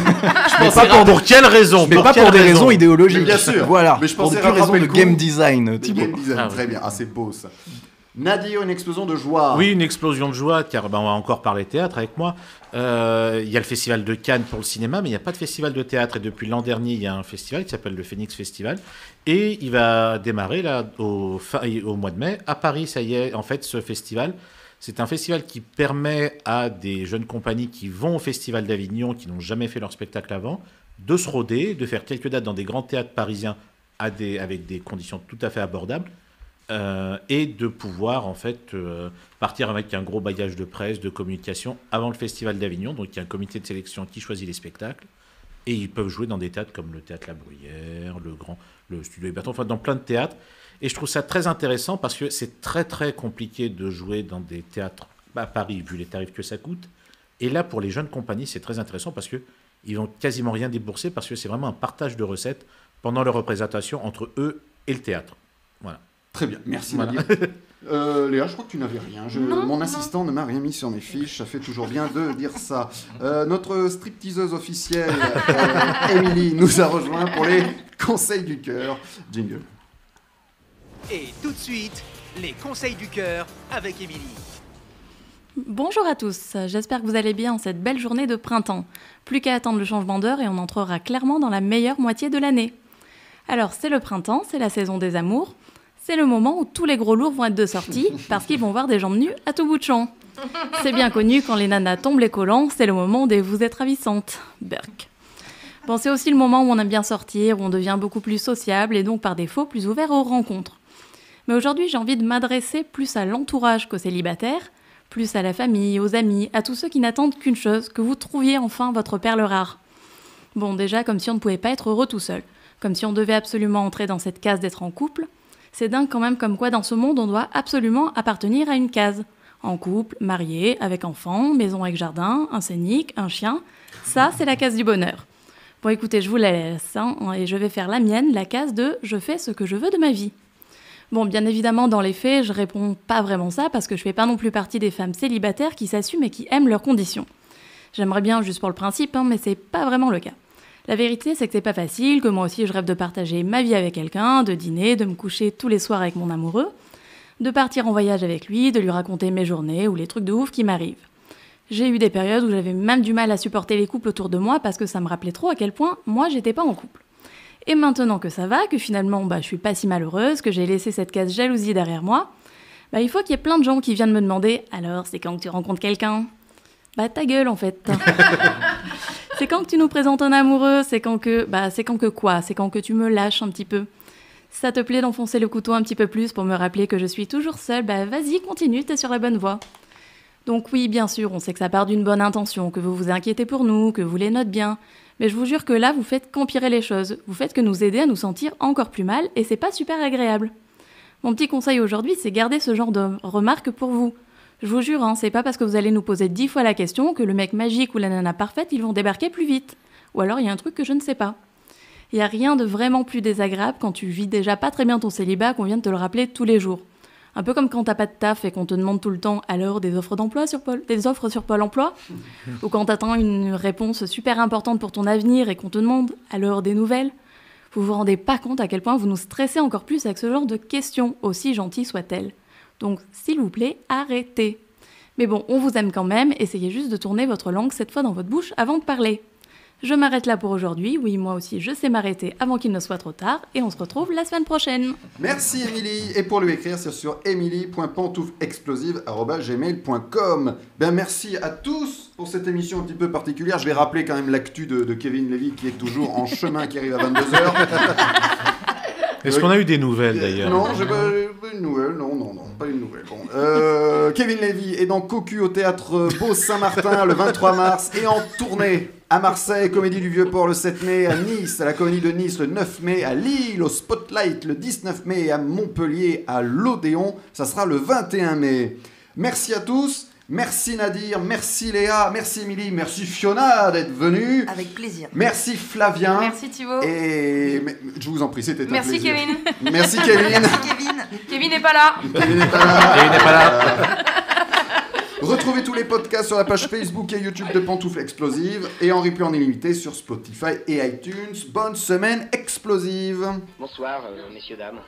[SPEAKER 3] Mais pas pour, pour quelles raisons
[SPEAKER 4] Mais pas
[SPEAKER 3] quelles
[SPEAKER 4] pour des raisons
[SPEAKER 3] idéologiques.
[SPEAKER 4] idéologiques.
[SPEAKER 2] Mais bien sûr.
[SPEAKER 4] Voilà.
[SPEAKER 2] Mais je
[SPEAKER 4] pour
[SPEAKER 2] pensais
[SPEAKER 4] des pures raisons
[SPEAKER 2] rattraper
[SPEAKER 4] de
[SPEAKER 2] le coup.
[SPEAKER 4] game design, Thibaut.
[SPEAKER 2] Game design,
[SPEAKER 3] Ah, oui.
[SPEAKER 2] très bien. Ah, c'est beau ça. Nadir, une explosion de joie.
[SPEAKER 3] Oui, une explosion de joie, car ben, on va encore parler théâtre avec moi. Euh, Il y a le festival de Cannes pour le cinéma, mais il n'y a pas de festival de théâtre. Et depuis l'an dernier, il y a un festival qui s'appelle le Phoenix Festival. Et il va démarrer là, au, fin- au mois de mai à Paris. Ça y est, en fait, ce festival. C'est un festival qui permet à des jeunes compagnies qui vont au Festival d'Avignon, qui n'ont jamais fait leur spectacle avant, de se roder, de faire quelques dates dans des grands théâtres parisiens à des- avec des conditions tout à fait abordables, euh, et de pouvoir en fait euh, partir avec un gros bagage de presse, de communication avant le Festival d'Avignon. Donc il y a un comité de sélection qui choisit les spectacles. Et ils peuvent jouer dans des théâtres comme le Théâtre La Bruyère, le Grand, le Studio Héberton, enfin dans plein de théâtres. Et je trouve ça très intéressant parce que c'est très très compliqué de jouer dans des théâtres à Paris vu les tarifs que ça coûte. Et là, pour les jeunes compagnies, c'est très intéressant parce que ils vont quasiment rien débourser parce que c'est vraiment un partage de recettes pendant leur représentation entre eux et le théâtre. Voilà.
[SPEAKER 2] Très bien, merci
[SPEAKER 3] Voilà.
[SPEAKER 2] Nadia. Euh, Léa, je crois que tu n'avais rien. Je-
[SPEAKER 5] Non,
[SPEAKER 2] mon
[SPEAKER 5] non.
[SPEAKER 2] assistant ne m'a rien mis sur mes fiches. Ça fait toujours bien de dire ça. Euh, notre stripteaseuse officielle, euh, Emily, nous a rejoint pour les conseils du cœur. Jingle.
[SPEAKER 1] Et tout de suite, les conseils du cœur avec Émilie.
[SPEAKER 9] Bonjour à tous, j'espère que vous allez bien en cette belle journée de printemps. Plus qu'à attendre le changement d'heure et on entrera clairement dans la meilleure moitié de l'année. Alors c'est le printemps, c'est la saison des amours, c'est le moment où tous les gros lourds vont être de sortie parce qu'ils vont voir des jambes nues à tout bout de champ. C'est bien connu, quand les nanas tombent les collants, c'est le moment des vous êtes ravissantes. Burk. Bon, c'est aussi le moment où on aime bien sortir, où on devient beaucoup plus sociable et donc par défaut plus ouvert aux rencontres. Mais aujourd'hui, j'ai envie de m'adresser plus à l'entourage qu'aux célibataires, plus à la famille, aux amis, à tous ceux qui n'attendent qu'une chose, que vous trouviez enfin votre perle rare. Bon, déjà, comme si on ne pouvait pas être heureux tout seul, comme si on devait absolument entrer dans cette case d'être en couple, c'est dingue quand même comme quoi dans ce monde on doit absolument appartenir à une case. En couple, marié, avec enfant, maison avec jardin, un scénic, un chien, ça c'est la case du bonheur. Bon écoutez, je vous la laisse hein, et je vais faire la mienne, la case de je fais ce que je veux de ma vie. Bon, bien évidemment, dans les faits, je réponds pas vraiment ça parce que je fais pas non plus partie des femmes célibataires qui s'assument et qui aiment leurs conditions. J'aimerais bien juste pour le principe, hein, mais c'est pas vraiment le cas. La vérité, c'est que c'est pas facile, que moi aussi je rêve de partager ma vie avec quelqu'un, de dîner, de me coucher tous les soirs avec mon amoureux. de partir en voyage avec lui, de lui raconter mes journées ou les trucs de ouf qui m'arrivent. J'ai eu des périodes où j'avais même du mal à supporter les couples autour de moi parce que ça me rappelait trop à quel point moi j'étais pas en couple. Et maintenant que ça va, que finalement bah, je suis pas si malheureuse, que j'ai laissé cette case jalousie derrière moi, bah, il faut qu'il y ait plein de gens qui viennent me demander alors c'est quand que tu rencontres quelqu'un Bah ta gueule en fait. c'est quand que tu nous présentes un amoureux, c'est quand que bah c'est quand que quoi, c'est quand que tu me lâches un petit peu. Ça te plaît d'enfoncer le couteau un petit peu plus pour me rappeler que je suis toujours seule, bah vas-y, continue, t'es sur la bonne voie. Donc oui, bien sûr, on sait que ça part d'une bonne intention, que vous vous inquiétez pour nous, que vous les notez bien. Mais je vous jure que là, vous faites qu'empirer les choses. Vous faites que nous aider à nous sentir encore plus mal, et c'est pas super agréable. Mon petit conseil aujourd'hui, c'est garder ce genre de remarques pour vous. Je vous jure, hein, c'est pas parce que vous allez nous poser dix fois la question que le mec magique ou la nana parfaite, ils vont débarquer plus vite. Ou alors il y a un truc que je ne sais pas. Il n'y a rien de vraiment plus désagréable quand tu vis déjà pas très bien ton célibat qu'on vient de te le rappeler tous les jours. Un peu comme quand t'as pas de taf et qu'on te demande tout le temps alors des offres d'emploi sur Pôle, des offres sur Pôle emploi, ou quand t'attends une réponse super importante pour ton avenir et qu'on te demande alors des nouvelles. Vous vous rendez pas compte à quel point vous nous stressez encore plus avec ce genre de questions, aussi gentilles soient-elles. Donc, s'il vous plaît, arrêtez. Mais bon, on vous aime quand même, essayez juste de tourner votre langue cette fois dans votre bouche avant de parler. Je m'arrête là pour aujourd'hui, oui, moi aussi je sais m'arrêter avant qu'il ne soit trop tard, et on se retrouve la semaine prochaine.
[SPEAKER 2] Merci Émilie. Et pour lui écrire, c'est sur emily.pantouflexplosive.gmail.com. Ben merci à tous pour cette émission un petit peu particulière. Je vais rappeler quand même l'actu de, de Kevin Levy qui est toujours en chemin, qui arrive à 22h.
[SPEAKER 3] Est-ce qu'on a eu des nouvelles d'ailleurs
[SPEAKER 2] Euh, Non, j'ai pas, j'ai pas une nouvelle. Non, non, non, pas une nouvelle. Bon, euh, Kevin Levy est dans Cocu au théâtre Beau Saint-Martin le 23 mars et en tournée à Marseille, Comédie du Vieux-Port le 7 mai, à Nice, à la Comédie de Nice le 9 mai, à Lille, au Spotlight le 19 mai et à Montpellier, à l'Odéon. Ça sera le 21 mai. Merci à tous. Merci Nadir, merci Léa, merci Émilie, merci Fiona d'être venue.
[SPEAKER 6] Avec plaisir.
[SPEAKER 2] Merci Flavien.
[SPEAKER 5] Merci Thibaut.
[SPEAKER 2] Et mais- je vous en prie, c'était un
[SPEAKER 5] Oh. Merci
[SPEAKER 2] plaisir.
[SPEAKER 5] Kevin.
[SPEAKER 2] Merci Kevin.
[SPEAKER 6] Merci Kevin.
[SPEAKER 5] Kevin n'est pas là.
[SPEAKER 2] Kevin n'est pas là.
[SPEAKER 3] Et il n'est pas là.
[SPEAKER 2] Retrouvez tous les podcasts sur la page Facebook et YouTube de Pantoufles Explosives et en replay en illimité sur Spotify et iTunes. Bonne semaine explosive.
[SPEAKER 8] Bonsoir, euh, messieurs, dames.